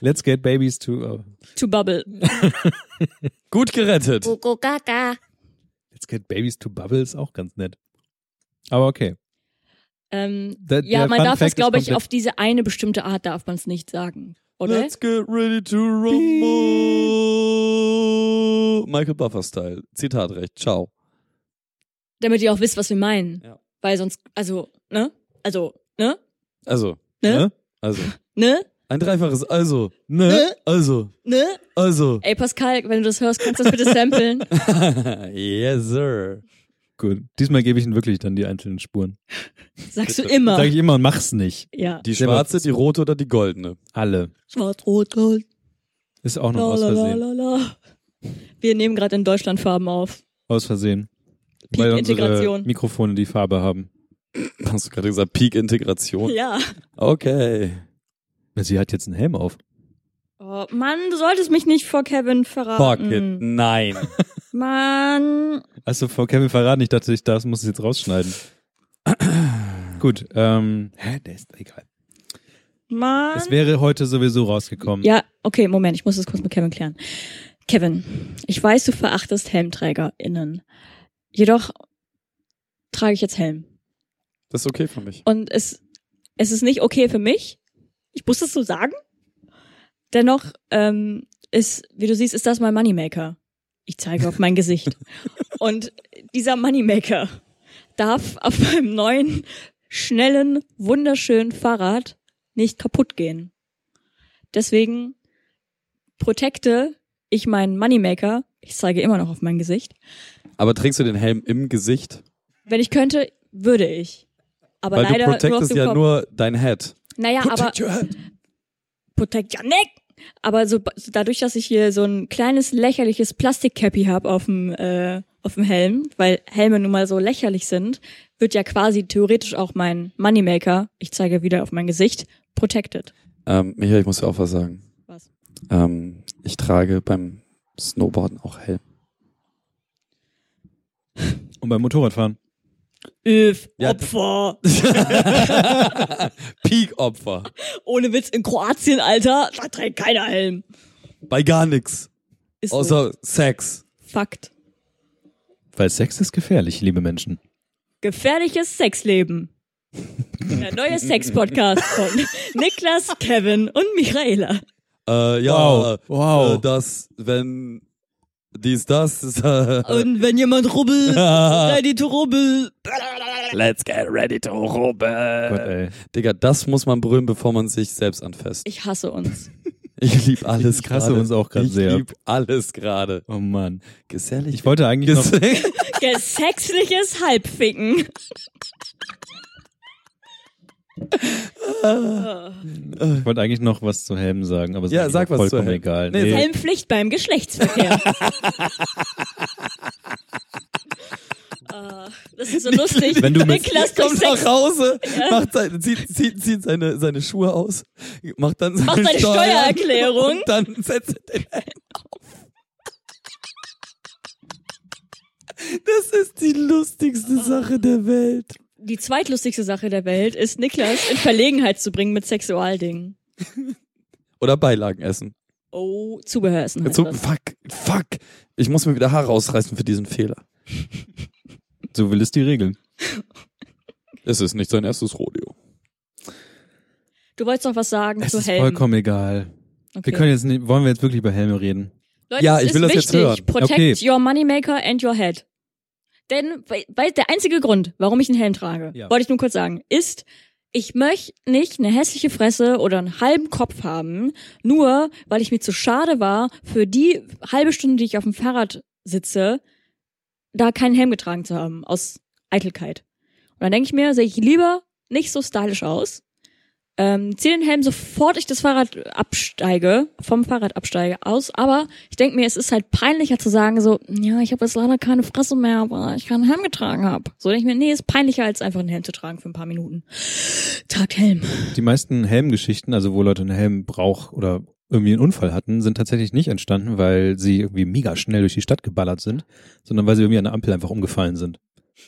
Let's Get Babies to oh.
to Bubble.
Gut gerettet.
Let's Get Babies to Bubble ist auch ganz nett. Aber okay.
Ähm,
Der-
ja,
der
man
Fun
darf
Fact
das, glaube
ist
ich, auf diese eine bestimmte Art darf man es nicht sagen. Oder?
Let's get ready to rumble. Michael Buffer-Style. Zitatrecht. Ciao.
Damit ihr auch wisst, was wir meinen.
Ja.
Weil sonst, also, ne? Also, ne?
Also,
Ne?
also.
Ne?
Ein dreifaches Also.
Ne?
Also.
Ne?
Also.
Ey, Pascal, wenn du das hörst, kannst du das bitte samplen.
yes, sir.
Gut. Diesmal gebe ich ihnen wirklich dann die einzelnen Spuren.
Sagst du
Bitte.
immer.
Sag ich immer und mach's nicht.
ja.
Die
Selber-
schwarze, die rote oder die goldene?
Alle.
Schwarz, rot, rot.
Ist auch noch
La,
aus
la, la,
Versehen.
la, la. Wir nehmen gerade in Deutschland Farben auf.
Aus Versehen. Weil unsere
Peak-Integration.
Mikrofone die Farbe haben.
Hast du gerade gesagt, Peak-Integration?
Ja.
Okay.
Sie hat jetzt einen Helm auf.
Oh, Mann, du solltest mich nicht vor Kevin verraten.
Pocket. Nein.
Mann.
Achso, vor Kevin verraten, ich dachte, ich das muss ich jetzt rausschneiden. Gut, ähm, hä, der ist egal.
Mann.
Es wäre heute sowieso rausgekommen.
Ja, okay, Moment, ich muss das kurz mit Kevin klären. Kevin, ich weiß, du verachtest HelmträgerInnen. Jedoch trage ich jetzt Helm.
Das ist okay für mich.
Und es, es ist nicht okay für mich. Ich muss das so sagen. Dennoch ähm, ist, wie du siehst, ist das mein Moneymaker. Ich zeige auf mein Gesicht. Und dieser Moneymaker darf auf meinem neuen, schnellen, wunderschönen Fahrrad nicht kaputt gehen. Deswegen protecte ich meinen Moneymaker. Ich zeige immer noch auf mein Gesicht.
Aber trägst du den Helm im Gesicht?
Wenn ich könnte, würde ich. Aber
Weil du
leider nur auf
protectest
dem
ja
Kopf.
nur dein Head.
Naja, aber
your head.
Protect your neck. Aber so dadurch, dass ich hier so ein kleines lächerliches Plastikcappy habe auf dem äh, auf dem Helm, weil Helme nun mal so lächerlich sind, wird ja quasi theoretisch auch mein Moneymaker, ich zeige wieder auf mein Gesicht, protected.
Ähm, Michael, ich muss dir auch was sagen.
Was?
Ähm, ich trage beim Snowboarden auch Helm.
Und beim Motorradfahren.
Öf,
Ja,
Opfer.
Peak-Opfer.
Ohne Witz in Kroatien, Alter, da trägt keiner Helm.
Bei gar nix.
Ist so.
Außer Sex.
Fakt.
Weil Sex ist gefährlich, liebe Menschen.
Gefährliches Sexleben. Der neue Sex-Podcast von Niklas, Kevin und Michaela.
Äh, ja,
Oh,
Wow.
äh,
Wow. Oh
das, wenn dies, das. Ist, äh,
Und wenn jemand rubbelt, ready to rubbel.
Let's get ready to rumble.
Gott,
äh,
ey.
Digga, das muss man berühren, bevor man sich selbst anfasst.
Ich hasse uns.
Ich lieb alles
Ich hasse
gerade.
uns auch grad
Ich
sehr.
lieb alles gerade.
Oh Mann.
Gesellig.
Ich wollte eigentlich noch,
Gesell-
Gesexliches Halbficken.
ich wollte eigentlich noch was zu Helmen sagen, aber es
Ja,
ist eigentlich
sag was zu
vollkommen
Helmen.
egal.
Nee,
Nee,
Helmpflicht beim Geschlechtsverkehr. Ah, das ist so lustig.
Wenn du mit-
Niklas durch
kommt nach
Sex
Hause, macht seine, zieht, zieht, zieht seine, seine Schuhe aus, macht dann seine,
macht seine
Steuern
Steuererklärung.
und dann setzt er den Helm auf. Das ist die
Ah.
lustigste Sache der Welt.
Die zweitlustigste Sache der Welt ist, Niklas in Verlegenheit zu bringen mit Sexualdingen.
Oder Beilagen essen.
Oh, Zubehör essen. Heißt
Jetzt so,
das.
fuck, fuck. Ich muss mir wieder Haare ausreißen für diesen Fehler.
so will es die Regeln.
Es ist nicht sein erstes Rodeo.
Du wolltest noch was sagen
Es
zu
ist
Helmen.
vollkommen egal.
Okay.
Wir können jetzt, nicht- wollen wir jetzt wirklich über Helme reden?
Leute,
Ja,
es
ich will
ist
das jetzt
wichtig.
hören.
Protect
Okay.
your moneymaker and your head. Denn weil weil der einzige Grund, warum ich einen Helm trage,
Ja.
wollte ich nur kurz sagen, ist, ich möchte nicht eine hässliche Fresse oder einen halben Kopf haben, nur weil ich mir zu schade war, für die halbe Stunde, die ich auf dem Fahrrad sitze, da keinen Helm getragen zu haben, aus Eitelkeit. Und dann denke ich mir, sehe ich lieber nicht so stylisch aus, ähm, ziehe den Helm sofort ich das Fahrrad absteige, vom Fahrrad absteige aus, aber ich denke mir, es ist halt peinlicher zu sagen so, ja, ich habe jetzt leider keine Fresse mehr, weil ich keinen Helm getragen habe. So denke ich mir, nee, ist peinlicher, als einfach einen Helm zu tragen für ein paar Minuten. Tragt Helm.
Die meisten Helmgeschichten, also wo Leute einen Helm brauch oder irgendwie einen Unfall hatten, sind tatsächlich nicht entstanden, weil sie irgendwie mega schnell durch die Stadt geballert sind, sondern weil sie irgendwie an der Ampel einfach umgefallen sind.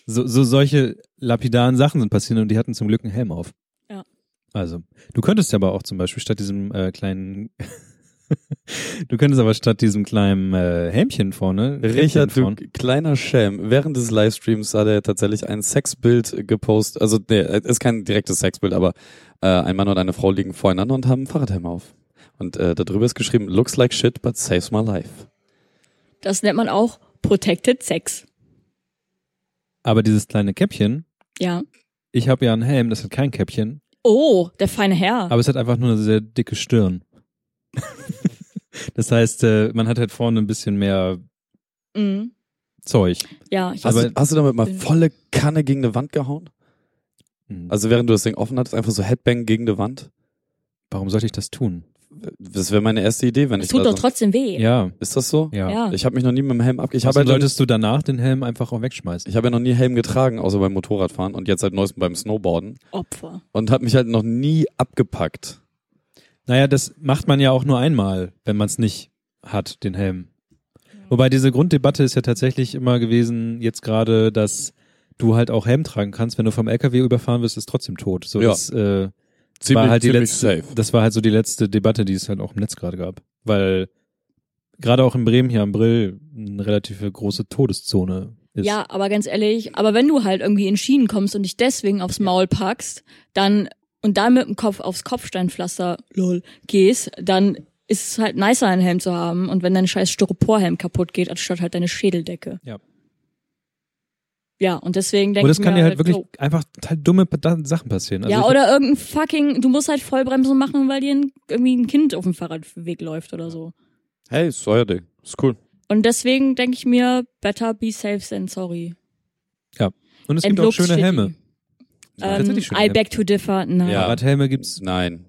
So, so solche lapidaren Sachen sind passiert und die hatten zum Glück einen Helm auf.
Ja.
Also, du könntest ja aber auch zum Beispiel statt diesem äh, kleinen Du könntest aber statt diesem kleinen äh, Hämchen vorne. Hämchen
Richard, du
vorne.
kleiner Schelm. Während des Livestreams hat er tatsächlich ein Sexbild gepostet. Also, nee, ist kein direktes Sexbild, aber äh, ein Mann und eine Frau liegen voreinander und haben einen Fahrradhelm auf. Und äh, darüber ist geschrieben, looks like shit, but saves my life.
Das nennt man auch Protected Sex.
Aber dieses kleine Käppchen,
Ja.
ich habe ja einen Helm, das hat kein Käppchen,
Oh, der feine Herr.
aber es hat einfach nur eine sehr dicke Stirn. das heißt, äh, man hat halt vorne ein bisschen mehr
Mhm.
Zeug.
Ja, ich
Hast,
Aber-
du, hast du damit mal volle Kanne gegen eine Wand gehauen?
Mhm.
Also, während du das Ding offen hattest, einfach so Headbang gegen eine Wand?
Warum sollte ich das tun?
Das wäre meine erste Idee, wenn
es
ich
tut
da
doch
so,
trotzdem weh.
also Ja,
Ist das so?
ja.
Ja.
Ich habe mich noch nie mit dem Helm abge... Ich
Ich also
habe halt
solltest du danach den Helm einfach auch wegschmeißen.
Ich habe ja noch nie Helm getragen, außer beim Motorradfahren und jetzt seit neuestem beim Snowboarden
Opfer.
und habe mich halt noch nie abgepackt.
Naja, das macht man ja auch nur einmal, wenn man es nicht hat, den Helm. Wobei diese Grunddebatte ist ja tatsächlich immer gewesen, jetzt gerade, dass du halt auch Helm tragen kannst, wenn du vom LKW überfahren wirst, ist trotzdem tot. So
Ja.
das, äh,
Ziemlich,
war halt die
ziemlich
letzte,
safe.
das war halt so die letzte Debatte, die es halt auch im Netz gerade gab, weil gerade auch in Bremen hier am Brill eine relativ große Todeszone ist.
Ja, aber ganz ehrlich, aber wenn du halt irgendwie in Schienen kommst und dich deswegen aufs Maul packst, dann und dann mit dem Kopf aufs Kopfsteinpflaster lol, gehst, dann ist es halt nicer, einen Helm zu haben und wenn dein scheiß Styroporhelm kaputt geht, anstatt halt deine Schädeldecke.
Ja.
Ja, und deswegen denke
Und
ich
das kann
mir
dir halt wirklich
so,
einfach total dumme Peda- Sachen passieren. Also
ja,
ich-
oder irgendein fucking, du musst halt Vollbremsen machen, weil dir ein, irgendwie ein Kind auf dem Fahrradweg läuft oder so.
Hey, ist euer Ding. Ist cool.
Und deswegen denke ich mir, better be safe than sorry.
und es
And
gibt auch
looks
schöne
shitty.
Helme. Ja,
Ähm,
tatsächlich schöne
I
Helme.
beg to differ, nein.
Ja.
Fahrradhelme gibt's.
Nein.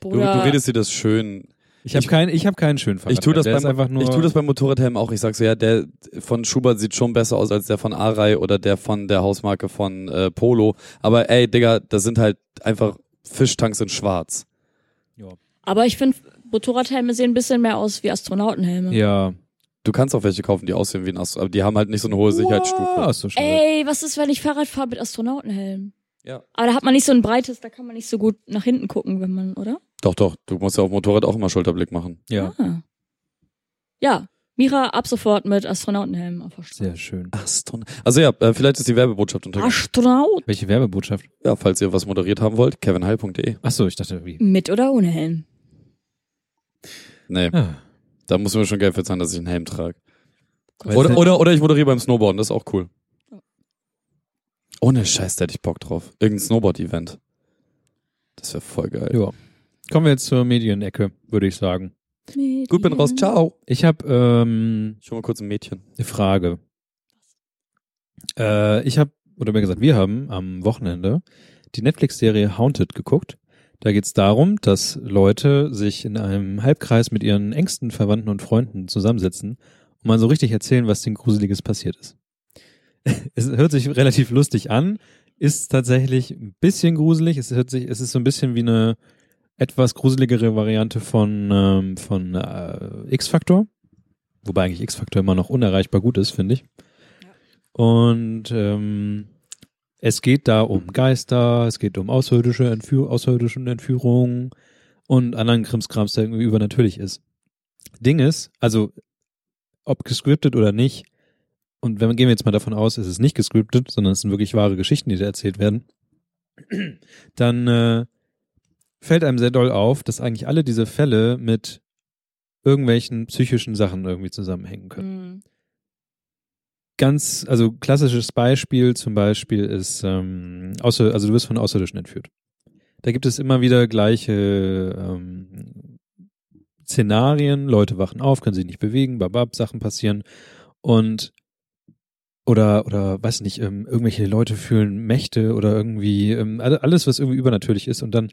Du,
Bruder,
du redest dir das schön.
Ich habe
Ich-
keinen, ich habe keinen schönen Fahrrad.
Ich tu das,
der ist
beim,
einfach nur.
ich tu das beim Motorradhelm auch. Ich sag so, ja, der von Schubert sieht schon besser aus als der von Arai oder der von der Hausmarke von äh, Polo. Aber ey, Digga, das sind halt einfach Fischtanks in schwarz.
Aber ich finde, Motorradhelme sehen ein bisschen mehr aus wie Astronautenhelme.
ja.
Du kannst auch welche kaufen, die aussehen wie ein Astro, aber die haben halt nicht so eine hohe Sicherheitsstufe.
Wow, Ah, ist so schön.
Ey, was ist, wenn ich Fahrrad fahre mit Astronautenhelm?
Ja.
Aber da hat man nicht so ein breites, da kann man nicht so gut nach hinten gucken, wenn man, oder?
Doch, doch, du musst ja auf dem Motorrad auch immer Schulterblick machen.
Ja,
Ah. Ja, Mira ab sofort mit Astronautenhelm auf der Straße.
sehr schön.
Astron also ja, äh, vielleicht ist die Werbebotschaft untergegangen.
Astronaut?
Welche Werbebotschaft?
Ja, falls ihr was moderiert haben wollt, kevinheil.de.
Ach so, ich dachte, wie.
Mit oder ohne Helm?
Nee,
Ah,
da muss mir schon Geld für zahlen, dass ich einen Helm trage.
Weiß
Oder,
nicht.
oder, oder ich moderiere beim Snowboarden, das ist auch cool. Ohne Scheiß, da hätte ich Bock drauf. Irgendein Snowboard-Event. Das wäre voll geil.
ja. Kommen wir jetzt zur Medienecke, würde ich sagen.
Gut, bin
Mhm.
raus, ciao.
Ich habe ähm,
Schon mal kurz ein Mädchen.
eine Frage. Äh, ich habe, oder mehr gesagt, wir haben am Wochenende die Netflix-Serie Haunted geguckt. Da geht es darum, dass Leute sich in einem Halbkreis mit ihren engsten Verwandten und Freunden zusammensetzen und mal so richtig erzählen, was denen Gruseliges passiert ist. es hört sich relativ lustig an, ist tatsächlich ein bisschen gruselig. Es hört sich, es ist so ein bisschen wie eine etwas gruseligere Variante von, ähm, von äh, X-Factor. Wobei eigentlich X-Factor immer noch unerreichbar gut ist, finde ich. Und ähm, es geht da um Geister, es geht um außerirdische, Entführ außerirdische Entführungen und anderen Krimskrams, der irgendwie übernatürlich ist. Ding ist, also ob gescriptet oder nicht, und wenn gehen wir jetzt mal davon aus, es ist nicht gescriptet, sondern es sind wirklich wahre Geschichten, die da erzählt werden, dann äh, fällt einem sehr doll auf, dass eigentlich alle diese Fälle mit irgendwelchen psychischen Sachen irgendwie zusammenhängen können
Mhm.
ganz, also klassisches Beispiel zum Beispiel ist, ähm, außer, also du wirst von Außerirdischen entführt. Da gibt es immer wieder gleiche ähm, Szenarien, Leute wachen auf, können sich nicht bewegen, babab, Sachen passieren und oder oder weiß nicht, ähm, irgendwelche Leute fühlen Mächte oder irgendwie ähm, alle- alles, was irgendwie übernatürlich ist und dann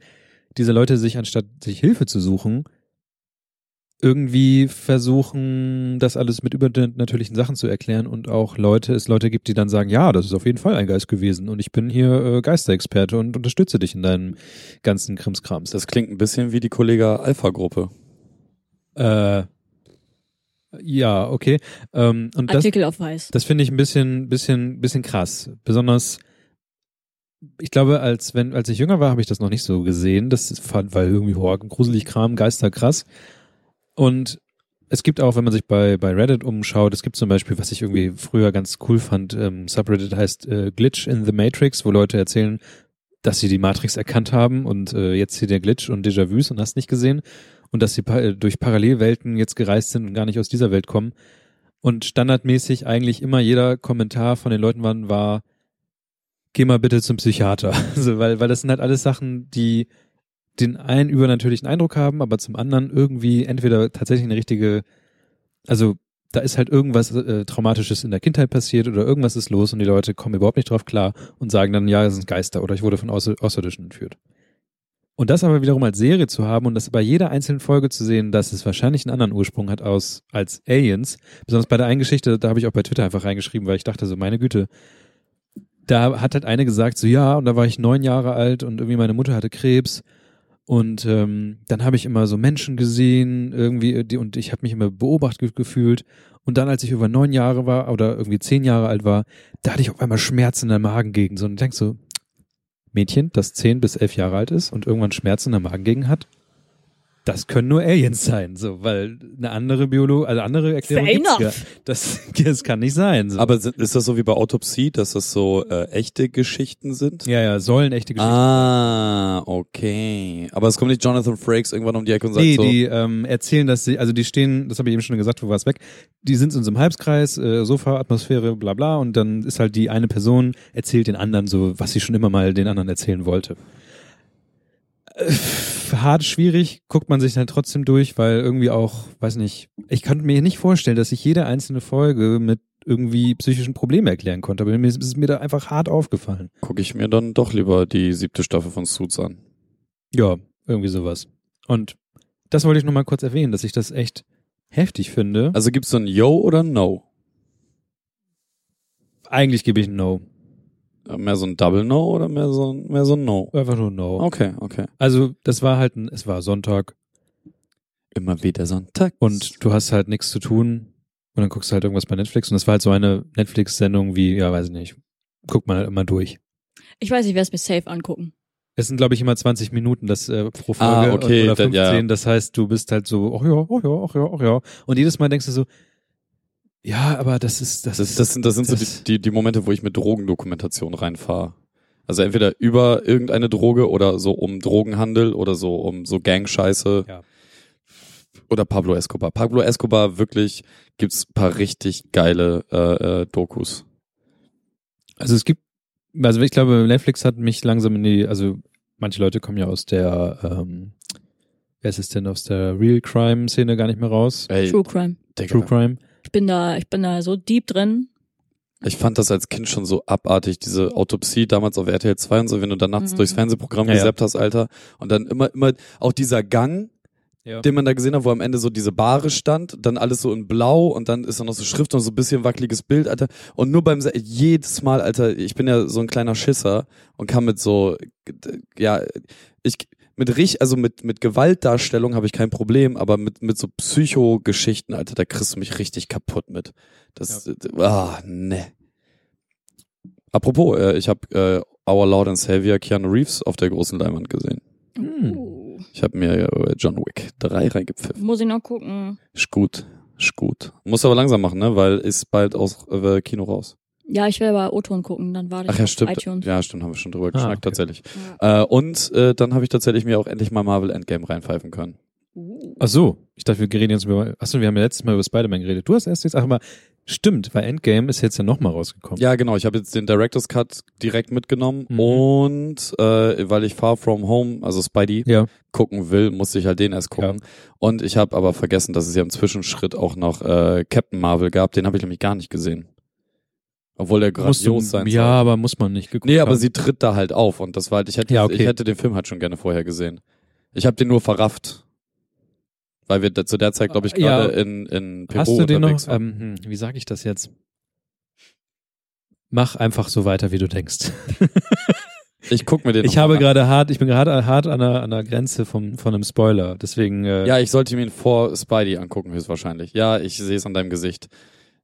diese Leute sich anstatt sich Hilfe zu suchen, irgendwie versuchen, das alles mit übernatürlichen Sachen zu erklären und auch Leute, es Leute gibt, die dann sagen, ja, das ist auf jeden Fall ein Geist gewesen und ich bin hier äh, Geisterexperte und unterstütze dich in deinem ganzen Krimskrams.
Das klingt ein bisschen wie die Kollega Alpha-Gruppe.
äh, ja, okay. Ähm, und das,
Artikel auf weiß.
das finde ich ein bisschen, bisschen, bisschen krass. Besonders, ich glaube, als wenn, als ich jünger war, habe ich das noch nicht so gesehen. Das fand, weil irgendwie, oh, gruselig Kram, Geister krass. Und es gibt auch, wenn man sich bei, bei Reddit umschaut, es gibt zum Beispiel, was ich irgendwie früher ganz cool fand, ähm, Subreddit heißt äh, Glitch in the Matrix, wo Leute erzählen, dass sie die Matrix erkannt haben und äh, jetzt hier der Glitch und Déjà-vus und hast nicht gesehen und dass sie pa äh, durch Parallelwelten jetzt gereist sind und gar nicht aus dieser Welt kommen. Und standardmäßig eigentlich immer jeder Kommentar von den Leuten waren, war, geh mal bitte zum Psychiater. Also, weil, weil das sind halt alles Sachen, die den einen übernatürlichen Eindruck haben, aber zum anderen irgendwie entweder tatsächlich eine richtige, also da ist halt irgendwas äh, Traumatisches in der Kindheit passiert oder irgendwas ist los und die Leute kommen überhaupt nicht drauf klar und sagen dann, ja, das sind Geister oder ich wurde von Außer Außerirdischen entführt. Und das aber wiederum als Serie zu haben und das bei jeder einzelnen Folge zu sehen, dass es wahrscheinlich einen anderen Ursprung hat aus, als Aliens, besonders bei der einen Geschichte, da habe ich auch bei Twitter einfach reingeschrieben, weil ich dachte so, meine Güte, da hat halt eine gesagt, so ja, und da war ich neun Jahre alt und irgendwie meine Mutter hatte Krebs und ähm, dann habe ich immer so Menschen gesehen, irgendwie, äh, die, und ich habe mich immer beobachtet gefühlt. Und dann, als ich über neun Jahre war oder irgendwie zehn Jahre alt war, da hatte ich auf einmal Schmerzen in der Magengegend. So, und denkst so, Mädchen, das zehn bis elf Jahre alt ist und irgendwann Schmerzen in der Magengegend hat, das können nur Aliens sein, so, weil eine andere Biologe, also andere Erklärung
Fair
gibt's
enough.
gar- das, das kann nicht sein. So.
Aber sind, ist das so wie bei Autopsie, dass das so äh, echte Geschichten sind?
ja, ja, sollen echte Geschichten.
Ah, okay. Aber es kommt nicht Jonathan Frakes irgendwann um die Ecke und sagt
Nee,
so.
die ähm, erzählen, dass sie, also die stehen, das habe ich eben schon gesagt, wo war es weg, die sind in so einem Halbskreis, äh, Sofa, Atmosphäre, bla bla und dann ist halt die eine Person, erzählt den anderen so, was sie schon immer mal den anderen erzählen wollte. Äh, Hart schwierig, guckt man sich dann trotzdem durch, weil irgendwie auch, weiß nicht, ich kann mir nicht vorstellen, dass ich jede einzelne Folge mit irgendwie psychischen Problemen erklären konnte, aber mir ist es ist mir da einfach hart aufgefallen.
Gucke ich mir dann doch lieber die siebte Staffel von Suits an.
Ja, irgendwie sowas. Und das wollte ich nochmal kurz erwähnen, dass ich das echt heftig finde.
Also gibt's so ein Yo oder ein No?
Eigentlich gebe ich ein No.
Äh, Mehr so ein Double No oder mehr so ein, mehr so ein No?
Einfach nur ein No.
Okay, okay.
Also, das war halt ein, es war Sonntag
Immer wieder Sonntag.
und du hast halt nichts zu tun und dann guckst du halt irgendwas bei Netflix und das war halt so eine Netflix-Sendung wie, ja, weiß ich nicht, guckt man halt immer durch.
Ich weiß, ich werde es mir safe angucken.
Es sind, glaube ich, immer 20 Minuten das äh, pro Folge
Ah, okay,
und- oder
dann,
15.
ja.
Das heißt, du bist halt so, ach ja, ach ja, ach ja, ach ja. Und jedes Mal denkst du so, ja, aber das ist, das,
Das,
ist,
das sind, das sind so
das-
die, die, die Momente, wo ich mit Drogendokumentation reinfahre. Also entweder über irgendeine Droge oder so um Drogenhandel oder so um so Gangscheiße.
Ja.
Oder Pablo Escobar. Pablo Escobar, wirklich, gibt's paar richtig geile äh, äh, Dokus.
Also es gibt, also ich glaube, Netflix hat mich langsam in die, also manche Leute kommen ja aus der, ähm, wer ist es denn, aus der Real Crime-Szene gar nicht mehr raus.
Ey,
True Crime.
Digga,
True Crime.
Ich bin da, ich bin da so deep drin.
Ich fand das als Kind schon so abartig, diese Autopsie damals auf RTL 2 und so, wenn du dann nachts
Mhm.
durchs Fernsehprogramm
Ja, ja.
gesäppt hast, Alter. Und dann immer, immer auch dieser Gang,
Ja.
den man da gesehen hat, wo am Ende so diese Bahre stand, dann alles so in blau und dann ist da noch so Schrift und so ein bisschen wackeliges Bild, Alter. Und nur beim, Se- jedes Mal, Alter, ich bin ja so ein kleiner Schisser und kann mit so, ja, ich, mit Rich, also mit, mit Gewaltdarstellung habe ich kein Problem, aber mit, mit so Psychogeschichten, Alter, da kriegst du mich richtig kaputt mit. Das, ah, ne. Apropos, äh, ich habe äh, Our Lord and Savior Keanu Reeves auf der großen Leinwand gesehen.
Hm.
Uh,
Ich habe mir äh, John Wick 3 reingepfiffen.
muss ich noch gucken.
Ist gut, ist gut. Muss aber langsam machen, ne? Weil ist bald aus äh, Kino raus.
Ja, ich will aber O-Ton gucken, dann warte ich
Ach ja,
auf
stimmt.
iTunes.
Ja, stimmt, haben wir schon drüber geschnackt
Ah, okay.
tatsächlich. Äh, und äh, dann habe ich tatsächlich mir auch endlich mal Marvel Endgame reinpfeifen können.
Uh,
Ach so, ich dachte, wir reden jetzt über, ach so, wir haben ja letztes Mal über Spider-Man geredet. Du hast erst jetzt, ach mal, stimmt, weil Endgame ist jetzt ja nochmal rausgekommen.
Ja, genau. Ich habe jetzt den Director's Cut direkt mitgenommen
Mhm.
und äh, weil ich Far From Home, also Spidey,
Ja.
gucken will, musste ich halt den erst gucken. Und ich habe aber vergessen, dass es ja im Zwischenschritt auch noch äh, Captain Marvel gab. Den habe ich nämlich gar nicht gesehen. Obwohl der
Musst du,
grandios sein soll.
ja, aber muss man nicht geguckt
Nee, aber
haben.
sie tritt da halt auf und das war halt, ich hätte,
Ja, okay.
ich hätte den Film halt schon gerne vorher gesehen. Ich habe den nur verrafft. Weil wir da, zu der Zeit, glaube ich,
Ja.
gerade in, in Peru
Hast du den noch,
unterwegs ne? waren.
ähm, hm, wie sage ich das jetzt? Mach einfach so weiter, wie du denkst.
Ich guck mir
Ähm,
den
Ich
noch
habe
mal
gerade hart, ich bin gerade hart an der, an der Grenze vom, von einem Spoiler. Deswegen,
an.
äh,
Ja, ich sollte mir ihn vor Spidey angucken, höchstwahrscheinlich. Ja, ich sehe es an deinem Gesicht.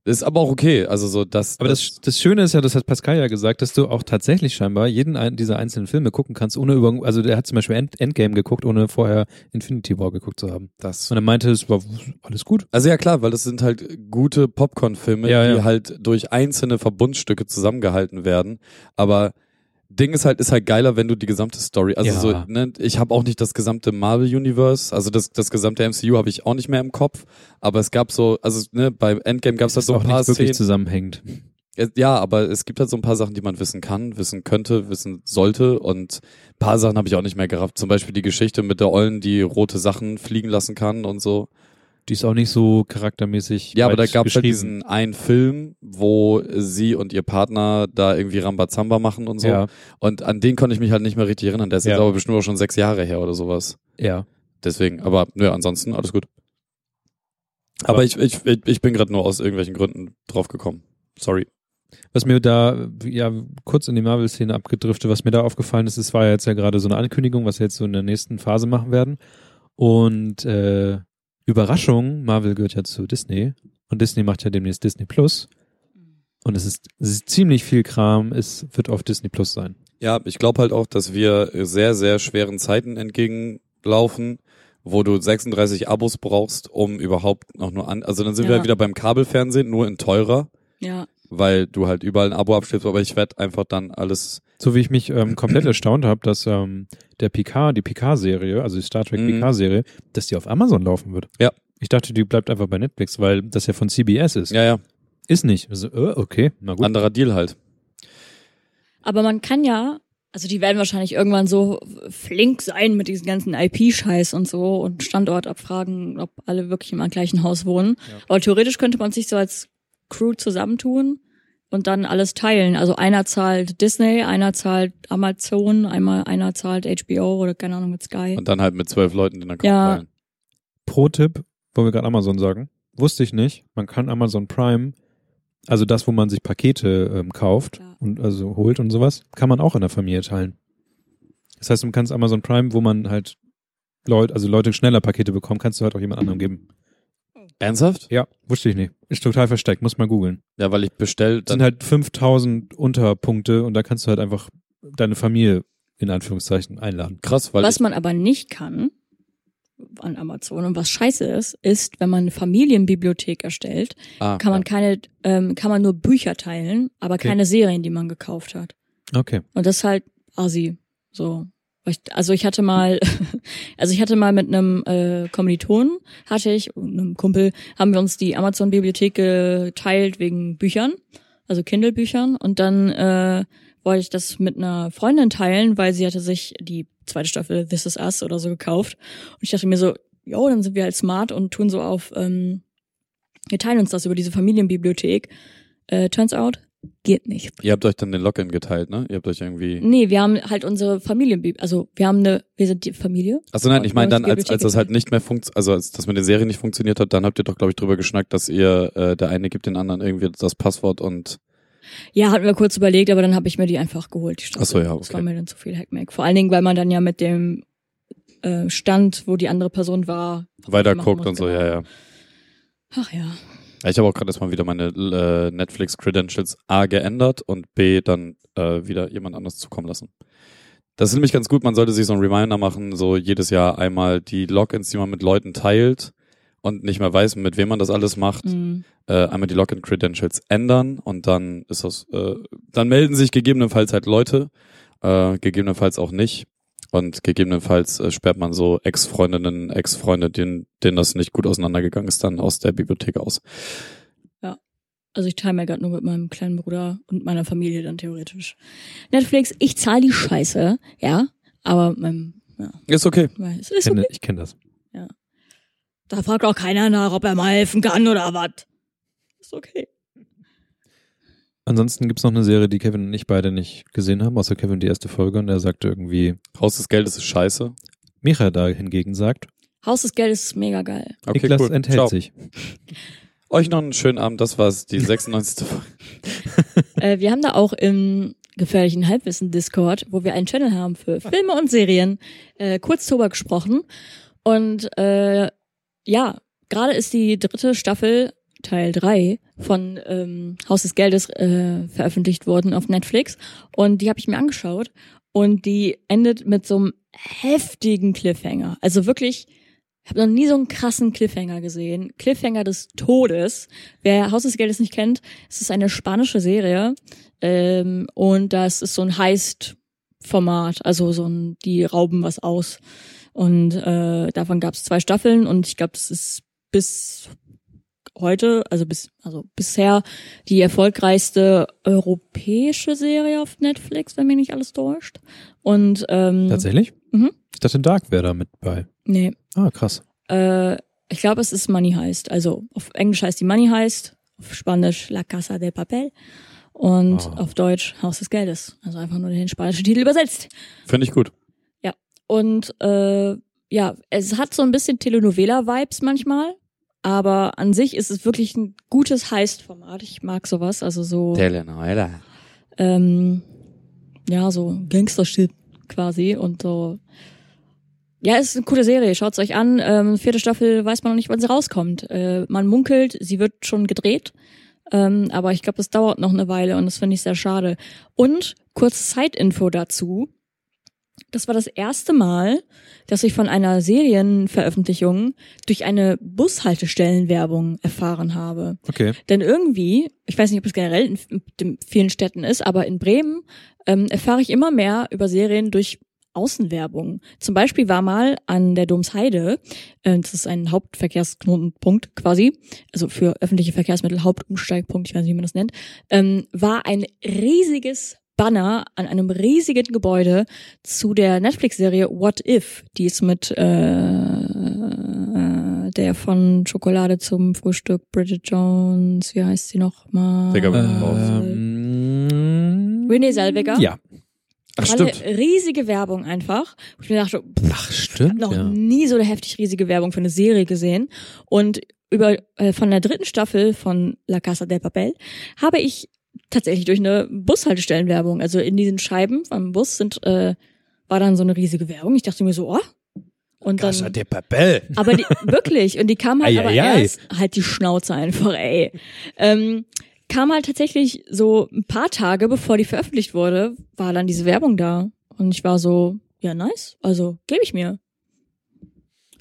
Ist aber auch okay. Also so, dass,
Aber das, das Schöne ist ja, das hat Pascal ja gesagt, dass du auch tatsächlich scheinbar jeden ein, dieser einzelnen Filme gucken kannst, ohne über, also der hat zum Beispiel End, Endgame geguckt, ohne vorher Infinity War geguckt zu haben.
das
Und er meinte, es war alles gut.
Also ja klar, weil das sind halt gute Popcorn-Filme,
Ja,
die
ja.
halt durch einzelne Verbundstücke zusammengehalten werden. Aber Ding ist halt, ist halt geiler, wenn du die gesamte Story, also
Ja.
so, ne, ich habe auch nicht das gesamte Marvel-Universe, also das, das gesamte MCU habe ich auch nicht mehr im Kopf, aber es gab so, also ne, bei Endgame gab es halt so
auch
ein paar
nicht wirklich
Szenen.
zusammenhängend.
Ja, aber es gibt halt so ein paar Sachen, die man wissen kann, wissen könnte, wissen sollte und ein paar Sachen habe ich auch nicht mehr gerafft. Zum Beispiel die Geschichte mit der Ollen, die rote Sachen fliegen lassen kann und so.
Die ist auch nicht so charaktermäßig.
Ja, aber da
weit
gab es halt
geschrieben.
diesen einen Film, wo sie und ihr Partner da irgendwie Rambazamba machen und so.
Ja,
Und an den konnte ich mich halt nicht mehr richtig erinnern. Der ist
Ja.
jetzt aber bestimmt auch schon sechs Jahre her oder sowas.
ja.
Deswegen, aber nö, ansonsten alles gut. Aber ich, ich, ich ich bin gerade nur aus irgendwelchen Gründen drauf gekommen. Sorry.
Was mir da, ja, kurz in die Marvel-Szene abgedriftet, was mir da aufgefallen ist, es war ja jetzt ja gerade so eine Ankündigung, was sie jetzt so in der nächsten Phase machen werden. Und äh, Überraschung, Marvel gehört ja zu Disney und Disney macht ja demnächst Disney Plus. Und es ist s- ziemlich viel Kram, es wird auf Disney Plus sein.
Ja, ich glaube halt auch, dass wir sehr, sehr schweren Zeiten entgegenlaufen, wo du 36 Abos brauchst, um überhaupt noch nur an. Also dann sind wir
Ja.
halt wieder beim Kabelfernsehen, nur in teurer.
Ja.
weil du halt überall ein Abo abschließt, aber ich werde einfach dann alles.
So wie ich mich ähm, komplett erstaunt habe, dass ähm, der Picard, die Picard-Serie, also die Star Trek
Mhm.
Picard-Serie, dass die auf Amazon laufen wird.
Ja.
Ich dachte, die bleibt einfach bei Netflix, weil das ja von CBS ist.
Ja, ja,
Ist nicht. Also, äh, okay, na gut.
anderer Deal halt.
Aber man kann ja, also die werden wahrscheinlich irgendwann so flink sein mit diesen ganzen IP-Scheiß und so und Standort abfragen, ob alle wirklich im gleichen Haus wohnen. Aber theoretisch könnte man sich so als Crew zusammentun und dann alles teilen. Also einer zahlt Disney, einer zahlt Amazon, einmal einer zahlt HBO oder keine Ahnung mit Sky.
Und dann halt mit zwölf Leuten den Account
Ja.
teilen.
Pro-Tipp, wo wir gerade Amazon sagen, wusste ich nicht, man kann Amazon Prime, also das, wo man sich Pakete ähm, kauft
Ja.
und also holt und sowas, kann man auch in der Familie teilen. Das heißt, du kannst Amazon Prime, wo man halt Leute, also Leute schneller Pakete bekommen, kannst du halt auch jemand anderem geben.
Ernsthaft?
Ja, wusste ich nicht. Ist total versteckt, muss mal googeln.
Ja, weil ich bestell
Das sind
dann.
halt 5000 Unterpunkte und da kannst du halt einfach deine Familie in Anführungszeichen einladen.
krass, weil
Was
ich,
man aber nicht kann an Amazon und was scheiße ist, ist, wenn man eine Familienbibliothek erstellt,
ah,
kann man
ja.
keine, ähm, kann man nur Bücher teilen, aber
Okay.
keine Serien, die man gekauft hat.
Okay.
Und das ist halt assi. So. Weil ich- Also ich hatte mal, also ich hatte mal mit einem äh, Kommilitonen, hatte ich, und einem Kumpel, haben wir uns die Amazon-Bibliothek geteilt wegen Büchern, also Kindle-Büchern. Und dann äh, wollte ich das mit einer Freundin teilen, weil sie hatte sich die zweite Staffel This Is Us oder so gekauft. Und ich dachte mir so, jo, dann sind wir halt smart und tun so auf, ähm, wir teilen uns das über diese Familienbibliothek. Äh, turns out, geht nicht.
Ihr habt euch dann den Login geteilt, ne? Ihr habt euch irgendwie.
Nee, wir haben halt unsere Familienbibel, also wir haben eine, wir sind die Familie.
Achso, also nein, ich meine dann, als, als das halt
Bibliothek.
nicht mehr funktioniert, also als das mit der Serie nicht funktioniert hat, dann habt ihr doch, glaube ich, drüber geschnackt, dass ihr, äh, der eine gibt den anderen irgendwie das Passwort und
Ja, hatten wir kurz überlegt, aber dann habe ich mir die einfach geholt. Die Staffel.
Ach so, ja,
Das
okay.
war mir dann zu viel Hackmack. Vor allen Dingen, weil man dann ja mit dem äh, Stand, wo die andere Person war,
weiter
machen
guckt
muss,
und so,
genau.
ja, ja.
ach ja,
Ja, Ich habe auch gerade erstmal wieder meine äh, Netflix-Credentials A geändert und B dann äh, wieder jemand anders zukommen lassen. Das ist nämlich ganz gut, man sollte sich so einen Reminder machen, so jedes Jahr einmal die Logins, die man mit Leuten teilt und nicht mehr weiß, mit wem man das alles macht,
mhm.
äh, einmal die Login-Credentials ändern und dann ist das, äh, dann melden sich gegebenenfalls halt Leute, äh, gegebenenfalls auch nicht. Und gegebenenfalls äh, sperrt man so Ex-Freundinnen, Ex-Freunde, denen, denen das nicht gut auseinandergegangen ist, dann aus der Bibliothek aus.
also ich teile mir gerade nur mit meinem kleinen Bruder und meiner Familie dann theoretisch. Netflix, ich zahle die Scheiße, ja, aber mein, ja,
Ist okay.
es
Ich
ist
kenne,
okay.
ich kenne das.
Da fragt auch keiner nach, ob er mal helfen kann oder was. Ist okay.
Ansonsten gibt's noch eine Serie, die Kevin und ich beide nicht gesehen haben, außer Kevin die erste Folge und er sagte irgendwie,
Haus des Geldes ist scheiße.
Micha da hingegen sagt,
Haus des Geldes ist mega geil.
Okay,
Niklas
cool.
enthält
Ciao.
Mhm.
sich.
Euch noch einen schönen Abend. Das war's, die 96. Folge.
äh, wir haben da auch im gefährlichen Halbwissen Discord, wo wir einen Channel haben für Filme und Serien, äh, kurz drüber gesprochen. Und äh, ja, gerade ist die dritte Staffel Teil 3 von ähm, Haus des Geldes äh, veröffentlicht worden auf Netflix. Und die habe ich mir angeschaut. Und die endet mit so einem heftigen Cliffhanger. Also wirklich, ich habe noch nie so einen krassen Cliffhanger gesehen. Cliffhanger des Todes. Wer Haus des Geldes nicht kennt, es ist eine spanische Serie. Ähm, und das ist so ein Heist-Format. Also so ein, die rauben was aus. Und äh, davon gab es zwei Staffeln und ich glaube, das ist bis heute, also bis, also bisher die erfolgreichste europäische Serie auf Netflix, wenn mich nicht alles täuscht. Und ähm,
Tatsächlich?
Mhm.
Ich dachte, Dark wäre da mit bei.
nee,
Ah, krass.
äh, ich glaube, es ist Money Heist. Also auf Englisch heißt die Money Heist, auf Spanisch La Casa de Papel und
Ah.
auf Deutsch Haus des Geldes. Also einfach nur den spanischen Titel übersetzt.
Finde ich gut.
Und äh, ja, es hat so ein bisschen Telenovela-Vibes manchmal, aber an sich ist es wirklich ein gutes Heist-Format. Ich mag sowas, also so,
Telenovela.
ähm, ja, so Gangster-Shit quasi und so. Ja, es ist eine coole Serie, schaut's euch an. Ähm, vierte Staffel weiß man noch nicht, wann sie rauskommt. Äh, man munkelt, sie wird schon gedreht. Ähm, aber ich glaube, es dauert noch eine Weile und das finde ich sehr schade. Und kurze Side-Info dazu. Das war das erste Mal, dass ich von einer Serienveröffentlichung durch eine Bushaltestellenwerbung erfahren habe.
Okay.
Denn irgendwie, ich weiß nicht, ob es generell in, f- den vielen Städten ist, aber in Bremen ähm, erfahre ich immer mehr über Serien durch Außenwerbung. Zum Beispiel war mal an der Domsheide, äh, das ist ein Hauptverkehrsknotenpunkt quasi, also für öffentliche Verkehrsmittel, Hauptumsteigpunkt, ich weiß nicht, wie man das nennt, ähm, war ein riesiges Banner an einem riesigen Gebäude zu der Netflix-Serie What If, die ist mit äh, der von Schokolade zum Frühstück, Bridget Jones, wie heißt sie noch mal?
Digga,
Ähm,
Renee Selweger.
ja.
Ach,
Alle
stimmt.
riesige Werbung einfach. Wo Ich mir dachte, pff,
Ach,
ich hab
stimmt.
noch
Ja.
nie so eine heftig riesige Werbung für eine Serie gesehen. Und über äh, von der dritten Staffel von La Casa de Papel habe ich tatsächlich durch eine Bushaltestellenwerbung, also in diesen Scheiben am Bus sind äh, war dann so eine riesige Werbung. Ich dachte mir so, oh. Und dann,
Casa de Papel.
aber die, wirklich, und die kam halt
Ei,
aber
ei, ei.
erst, halt die Schnauze einfach, ey. Ähm, kam halt tatsächlich so ein paar Tage, bevor die veröffentlicht wurde, war dann diese Werbung da. Und ich war so, ja, nice, also gebe ich mir.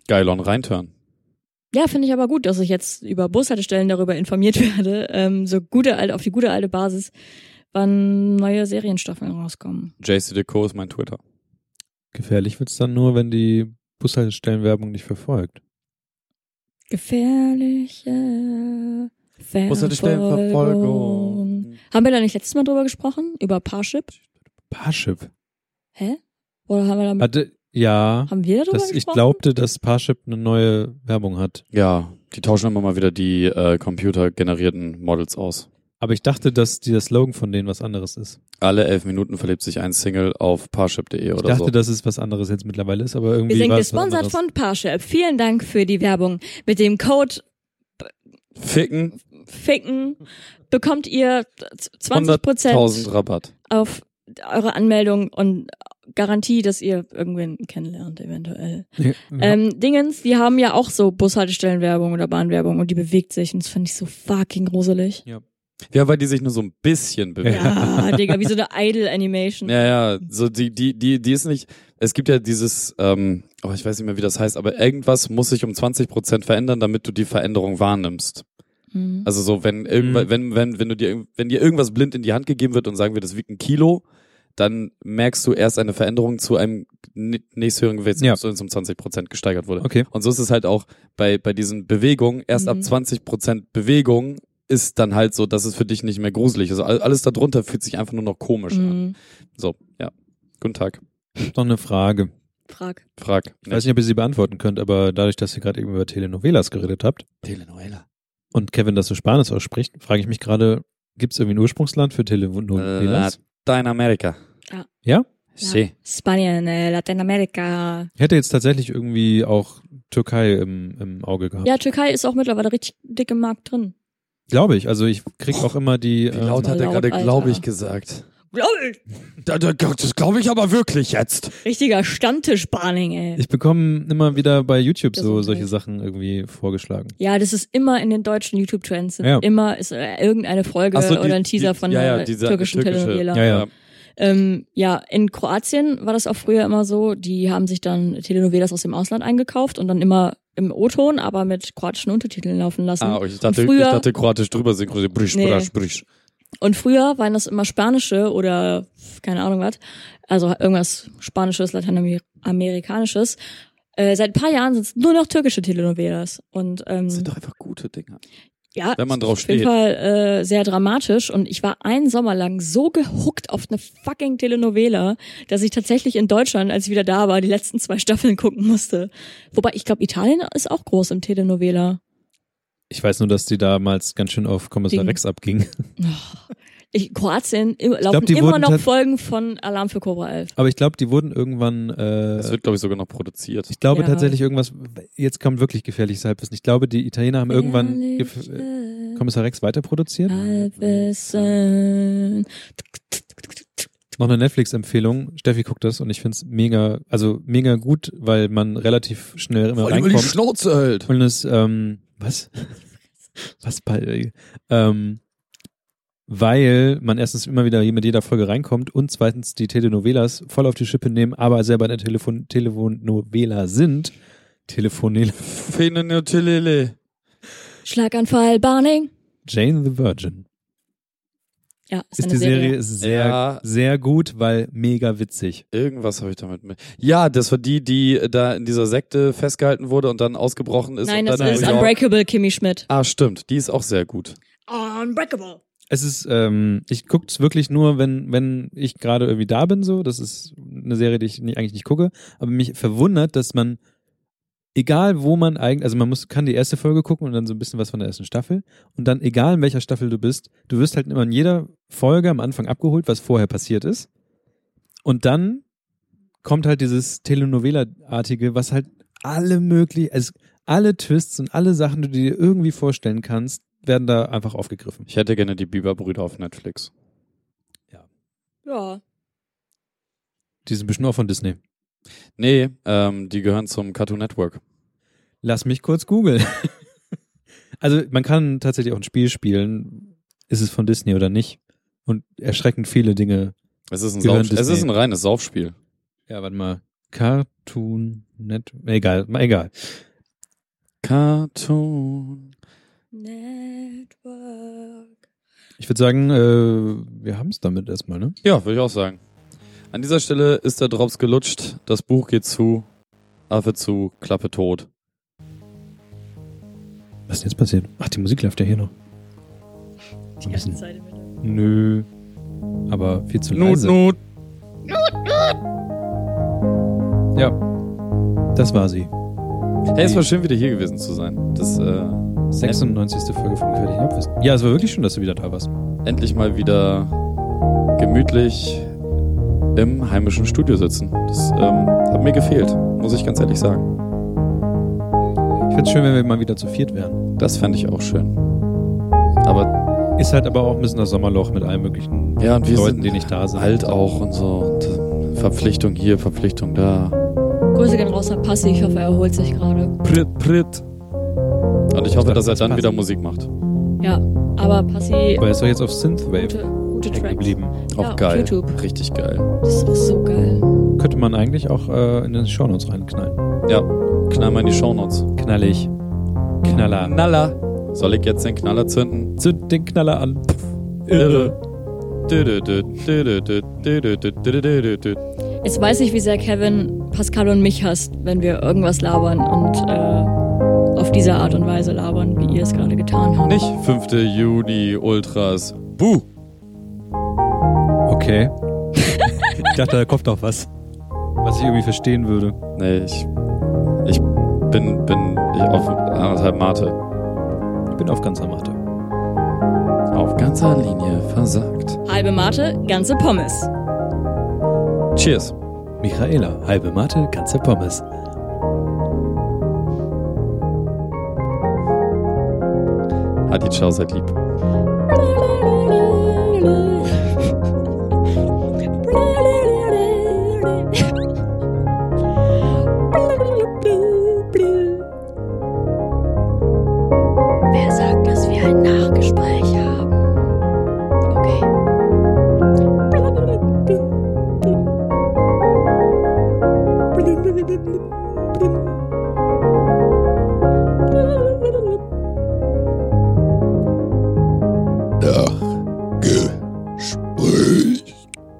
Geil, on reinturn.
Ja, finde ich aber gut, dass ich jetzt über Bushaltestellen darüber informiert werde. Ähm, so gute alte, auf die gute alte Basis, wann neue Serienstaffeln rauskommen.
JC Deco ist mein Twitter.
Gefährlich wird's dann nur, wenn die Bushaltestellenwerbung nicht verfolgt.
Gefährliche Verfolgung. Haben wir da nicht letztes Mal drüber gesprochen? Über Parship?
Parship.
Hä? Oder haben wir da,
Hatte, ja,
haben wir darüber
Also, das,
gesprochen?
ich glaubte, dass Parship eine neue Werbung hat.
Ja, die tauschen immer mal wieder die äh, computergenerierten Models aus.
Aber ich dachte, dass die, der Slogan von denen was anderes ist.
Alle elf Minuten verliebt sich ein Single auf parship.de
Ich
oder
dachte,
so.
dass es was anderes jetzt mittlerweile ist, aber irgendwie
wir sind
war es was
gesponsert
anderes.
von Parship. Vielen Dank für die Werbung. Mit dem Code
Ficken
Ficken bekommt ihr 20%
100.000 Rabatt.
auf eure Anmeldung und Garantie, dass ihr irgendwen kennenlernt, eventuell.
Ja.
Ähm, Dingens, die haben ja auch so Bushaltestellenwerbung oder Bahnwerbung und die bewegt sich und das fand ich so fucking gruselig.
Ja, weil die sich nur so ein bisschen bewegen.
Ja, Digga, wie so eine Idle-Animation.
Ja, ja, so die, die, die, die ist nicht, es gibt ja dieses, ähm, oh, ich weiß nicht mehr, wie das heißt, aber irgendwas muss sich um 20 Prozent verändern, damit du die Veränderung wahrnimmst.
Mhm.
Also so, wenn, irgendwa-
Mhm.
wenn, wenn, wenn du dir, irgend- wenn dir irgendwas blind in die Hand gegeben wird und sagen wir, das wiegt ein Kilo, dann merkst du erst eine Veränderung zu einem n- nächsthöheren Gewicht,
Ja.
das um 20 Prozent gesteigert wurde.
Okay.
Und so ist es halt auch bei, bei diesen Bewegungen, erst ab
Mhm.
20 Prozent Bewegung ist dann halt so, dass es für dich nicht mehr gruselig ist. Al- Alles darunter fühlt sich einfach nur noch komisch an.
Mhm.
So, ja. Guten Tag.
Noch eine Frage.
Frag.
Frag.
Ich weiß nicht, ob ihr sie beantworten könnt, aber dadurch, dass ihr gerade eben über Telenovelas geredet habt
Telenovela.
und Kevin das so Spanisch ausspricht, frage ich mich gerade, gibt es irgendwie ein Ursprungsland für Telenovelas?
Lateinamerika.
Ja?
Ah. Ja.
Sí.
Spanien, äh, Lateinamerika.
Ich hätte jetzt tatsächlich irgendwie auch Türkei im, im Auge gehabt.
Ja, Türkei ist auch mittlerweile richtig dick im Markt drin.
Glaube ich. Also ich krieg auch immer die.
Wie laut
ähm,
hat er
Laut,
gerade,
Alter.
glaube ich, gesagt?
Glaube ich.
Da- da- Das glaube ich aber wirklich jetzt.
Richtiger Stammtisch-Barning, ey.
Ich bekomme immer wieder bei YouTube so
Gesundheit.
solche Sachen irgendwie vorgeschlagen.
Ja, das ist immer in den deutschen YouTube-Trends.
Ja.
Ja. Immer ist äh, irgendeine Folge
Ach so, die-
oder ein Teaser
die-
von
ja, ja,
einer
dieser
türkischen
türkische-
Telenovela.
Ja, ja.
Ähm, ja, in Kroatien war das auch früher immer so. Die haben sich dann Telenovelas aus dem Ausland eingekauft und dann immer im O-Ton, aber mit kroatischen Untertiteln laufen lassen.
Ah, ich dachte,
Und früher-
ich dachte kroatisch drüber synchronisiert. Brisch,
Nee.
brasch, brisch.
Und früher waren das immer spanische oder keine Ahnung was, also irgendwas spanisches, lateinamerikanisches. Äh, seit ein paar Jahren sind es nur noch türkische Telenovelas. Und ähm,
Das sind doch einfach gute Dinger.
ja,
Wenn man
ist
drauf
auf jeden
steht.
Fall äh, sehr dramatisch und ich war einen Sommer lang so gehuckt auf eine fucking Telenovela, dass ich tatsächlich in Deutschland, als ich wieder da war, die letzten zwei Staffeln gucken musste. Wobei ich glaube, Italien ist auch groß im Telenovela.
Ich weiß nur, dass die damals ganz schön auf Kommissar
Ding.
Rex abging.
Ich, Kroatien im, laufen
die
immer
wurden
noch
tat-
Folgen von Alarm für Cobra 11.
Aber ich glaube, die wurden irgendwann.
Das
Äh,
wird, glaube ich, sogar noch produziert.
ich glaube
Ja.
tatsächlich irgendwas. Jetzt kommt wirklich gefährliches Halbwissen. Ich glaube, die Italiener haben irgendwann gef- äh,
Ehrliche
Kommissar Rex weiterproduziert.
Halbwissen.
Noch eine Netflix-Empfehlung. Steffi guckt das und ich find's mega, also mega gut, weil man relativ schnell immer reinkommt.
Schnauze halt. hält.
Und es, ähm, was? was bei, ähm, weil man erstens immer wieder mit jeder Folge reinkommt und zweitens die Telenovelas voll auf die Schippe nehmen, aber selber eine Telefon Telenovela sind. Telefonela.
Fenenotilele.
Schlaganfall, Barning.
Jane the Virgin.
Ja, ist,
Ist
eine
die
Serie.
Serie sehr,
Ja.
sehr gut, weil mega witzig.
Irgendwas habe ich damit mit. Ja, das war die, die äh, da in dieser Sekte festgehalten wurde und dann ausgebrochen ist.
Nein,
und
das
dann in
ist
New York-
Unbreakable Kimmy Schmidt.
Ah, stimmt. Die ist auch sehr gut.
Unbreakable.
Es ist, ähm, ich guck's wirklich nur, wenn, wenn ich gerade irgendwie da bin, so. Das ist eine Serie, die ich nie, eigentlich nicht gucke. Aber mich verwundert, dass man, egal wo man eigentlich, also man muss, kann die erste Folge gucken und dann so ein bisschen was von der ersten Staffel. Und dann, egal in welcher Staffel du bist, du wirst halt immer in jeder Folge am Anfang abgeholt, was vorher passiert ist. Und dann kommt halt dieses Telenovela-artige, was halt alle möglich, also alle Twists und alle Sachen, die du dir irgendwie vorstellen kannst, werden da einfach aufgegriffen.
Ich hätte gerne die Bieber-Brüder auf Netflix.
Ja.
Die sind bestimmt auch von Disney.
Nee, ähm, die gehören zum Cartoon Network.
Lass mich kurz googeln. also man kann tatsächlich auch ein Spiel spielen, ist es von Disney oder nicht. Und erschreckend viele Dinge.
Es ist ein,
Gehören
Sauf es
Disney.
ist ein reines Saufspiel.
Ja, warte mal. Cartoon Net. Egal, mal egal.
Cartoon.
Network.
Ich würde sagen, äh, wir haben es damit erstmal, ne?
Ja, würde ich auch sagen. An dieser Stelle ist der Drops gelutscht. Das Buch geht zu. Affe zu. Klappe tot.
Was ist denn jetzt passiert? Ach, die Musik läuft ja hier noch.
Die ganze Zeit. im Hintergrund.
Nö. Aber viel zu
Nut,
leise.
nut.
Ja. Das war sie.
Hey, es war schön, wieder hier gewesen zu sein. Das, äh,
96. Folge von Gefährlich Abwissen. Ja, es war wirklich schön, dass du wieder da warst.
endlich mal wieder gemütlich im heimischen Studio sitzen. Das ähm, hat mir gefehlt, muss ich ganz ehrlich sagen.
Ich find's schön, wenn wir mal wieder zu viert wären.
Das fand ich auch schön. Aber
Ist halt aber auch ein bisschen das Sommerloch mit allen möglichen
ja, und wir
Leuten,
sind
die nicht da sind. halt
alt auch und so. Und äh, Verpflichtung hier, Verpflichtung da.
Grüße gehen raus an Passi. Ich hoffe, er erholt sich gerade.
Pritt, pritt. Und ich hoffe,
dachte,
dass er
das
dann
passt.
wieder Musik macht.
Ja, aber Passi,
Aber er ist doch jetzt auf Synthwave
gute, gute
hängen
Tracks.
geblieben.
Auch
Ja, auf
geil.
YouTube.
Richtig geil.
Das ist so geil.
Könnte man eigentlich auch äh, in den Shownotes reinknallen.
Ja, knall mal in die Shownotes.
Knallig. Knaller.
Knaller. Soll ich jetzt den Knaller zünden?
Zünd den Knaller an.
Irre. Dö, dö, dö, dö, dö, dö, dö, dö, dö, dö, dö, dö.
Jetzt weiß ich, wie sehr Kevin Pascal und mich hasst, wenn wir irgendwas labern und äh, auf diese Art und Weise labern, wie ihr es gerade getan habt.
Nicht 5. Juni Ultras. Buh.
Okay. ich dachte, da kommt noch was. Was ich irgendwie verstehen würde.
Nee, ich, ich bin, bin ich auf anderthalb Mate.
Ich bin auf ganzer Mate.
Auf ganzer Linie versagt.
Halbe Mate, ganze Pommes.
Cheers.
Michaela, halbe Mate, ganze Pommes.
Hat die Ciao, seid lieb.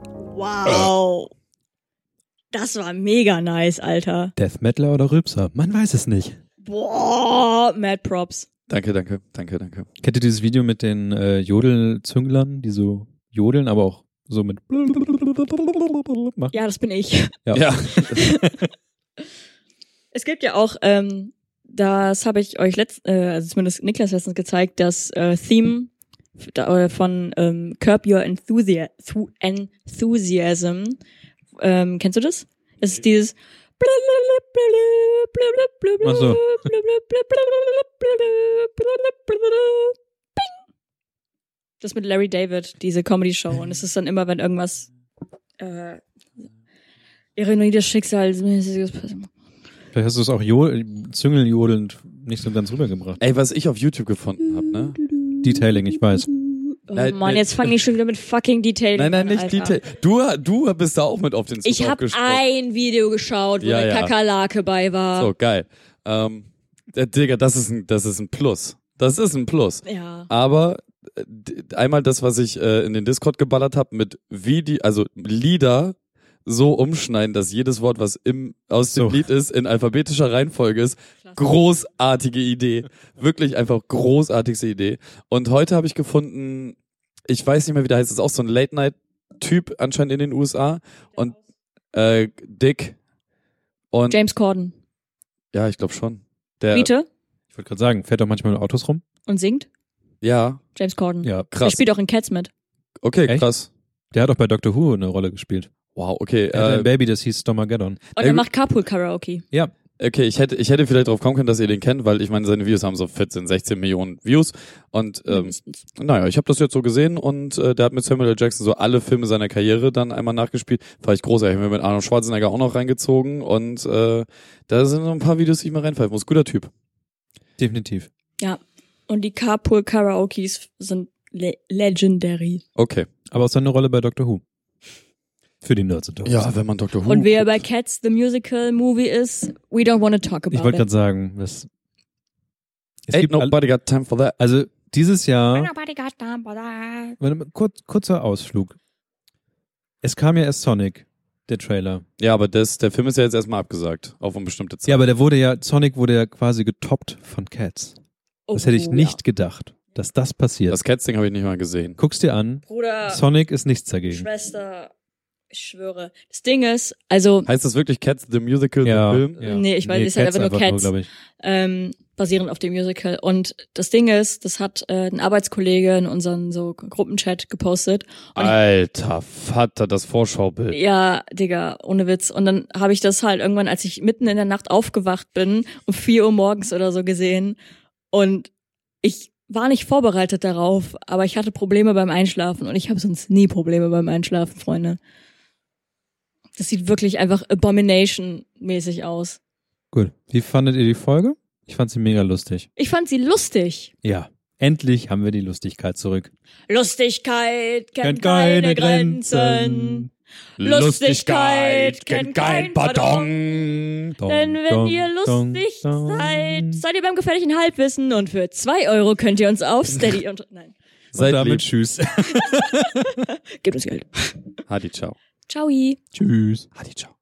Wow. Das war mega nice, Alter.
Death Metaler oder Rülpser? Man weiß es nicht.
Boah, Mad Props.
Danke, danke, danke, danke.
Kennt ihr dieses Video mit den äh, Jodelzünglern, die so jodeln, aber auch so mit machen?
Ja, das bin ich.
Ja.
Es gibt ja auch, ähm, das habe ich euch letzt, äh, also zumindest Niklas letztens gezeigt, das äh, Theme f- da- äh, von ähm, Curb Your Enthusia Thu- Enthusiasm. Ähm, kennst du das? Das ist dieses
Ach so.
Das mit Larry David, diese Comedy-Show. Und es ist dann immer, wenn irgendwas äh, Ironie des Schicksals
Vielleicht hast du es auch jo züngeljodelnd nicht so ganz rübergebracht.
Ey, was ich auf YouTube gefunden habe, ne?
Detailing, ich weiß.
Oh
Nein,
Mann,
nee.
jetzt fange ich schon wieder mit fucking Detail
Nein, nein,
an,
nicht
Alter.
Detail. Du, du bist da auch mit auf den Zug
Ich habe
aufgesprungen.
ein Video geschaut, wo
Ja,
eine
ja.
Kakerlake bei war.
So, geil. Ähm, äh, Digga, das ist, ein, das ist ein Plus. Das ist ein Plus.
Ja.
Aber äh, d- einmal das, was ich äh, in den Discord geballert habe, mit Video, also Lieder so umschneiden, dass jedes Wort, was im, aus dem
So.
Lied ist, in alphabetischer Reihenfolge ist. Großartige Idee. Wirklich einfach großartigste Idee. Und heute habe ich gefunden, ich weiß nicht mehr, wie der heißt, das ist auch so ein Late-Night-Typ anscheinend in den USA. Und äh, Dick. Und
James Corden.
ja, ich glaube schon. Der,
Biete
Ich wollte gerade sagen, fährt doch manchmal in Autos rum?
und singt.
Ja,
James Corden.
Ja.
Er
krass.
spielt auch in Cats mit.
Okay,
Echt?
krass.
Der hat auch bei Doctor Who eine Rolle gespielt.
Wow, okay.
Er hatte ein
Äh,
Baby, das hieß Stomageddon.
Und
Ey,
er
gut.
macht Carpool-Karaoke.
Ja,
Okay, ich hätte, ich hätte vielleicht drauf kommen können, dass ihr den kennt, weil ich meine, seine Videos haben so 14, 16 Millionen Views. Und ähm,
mindestens.
naja, ich habe das jetzt so gesehen und äh, der hat mit Samuel L. Jackson so alle Filme seiner Karriere dann einmal nachgespielt. War ich großartig. Ich hab mir mit Arnold Schwarzenegger auch noch reingezogen und äh, da sind so ein paar Videos, die ich mal reinpfeifen muss. Guter Typ.
definitiv.
Ja. Und die Carpool-Karaokes sind le legendary.
Okay.
Aber auch seine Rolle bei Doctor Who. Für die Nerds und Dogs.
wenn man Dr.
Und wer bei Cats the Musical Movie ist, we don't want to talk about
ich wollte gerade
it.
sagen, das. Es
Ain't
gibt all-
nobody got time for that.
Also dieses Jahr. Warte mal, kurz, kurzer Ausflug. Es kam ja erst Sonic, der Trailer.
Ja, aber das, der Film ist ja jetzt erstmal abgesagt. Auf unbestimmte Zeit.
Ja, aber der wurde ja, Sonic wurde ja quasi getoppt von Cats. Das hätte ich
Oh,
nicht gedacht, dass das passiert.
Das Cats-Ding habe ich nicht mal gesehen.
Guck's dir an,
Ja. Bruder,
Sonic ist nichts dagegen.
Schwester, ich schwöre. Das Ding ist, also
Heißt das wirklich Cats the Musical,
Ja,
the Film?
ja.
Nee, ich weiß, es ist halt einfach nur Cats.
glaube ich.
ähm, basierend auf dem Musical. Und das Ding ist, das hat äh, ein Arbeitskollege in unseren so Gruppenchat gepostet. Und
Alter Vater, das Vorschaubild.
ja, Digga, ohne Witz. Und dann habe ich das halt irgendwann, als ich mitten in der Nacht aufgewacht bin, um 4 Uhr morgens oder so gesehen. Und ich war nicht vorbereitet darauf, aber ich hatte Probleme beim Einschlafen. Und ich habe sonst nie Probleme beim Einschlafen, Freunde. Das sieht wirklich einfach Abomination-mäßig aus.
Gut. Wie fandet ihr die Folge? Ich fand sie mega lustig.
Ich fand sie lustig.
Ja. Endlich haben wir die Lustigkeit zurück.
Lustigkeit kennt keine Grenzen. Lustigkeit kennt kein
Pardon.
Dong,
Denn wenn
dong,
ihr
dong,
lustig
dong.
seid, seid ihr beim gefährlichen Halbwissen und für zwei Euro könnt ihr uns auf Steady und nein,
Und
Seid
damit
lieb.
tschüss.
gebt uns Geld.
Hadi, ciao.
Ciao.
tschüss.
Hadi, ciao.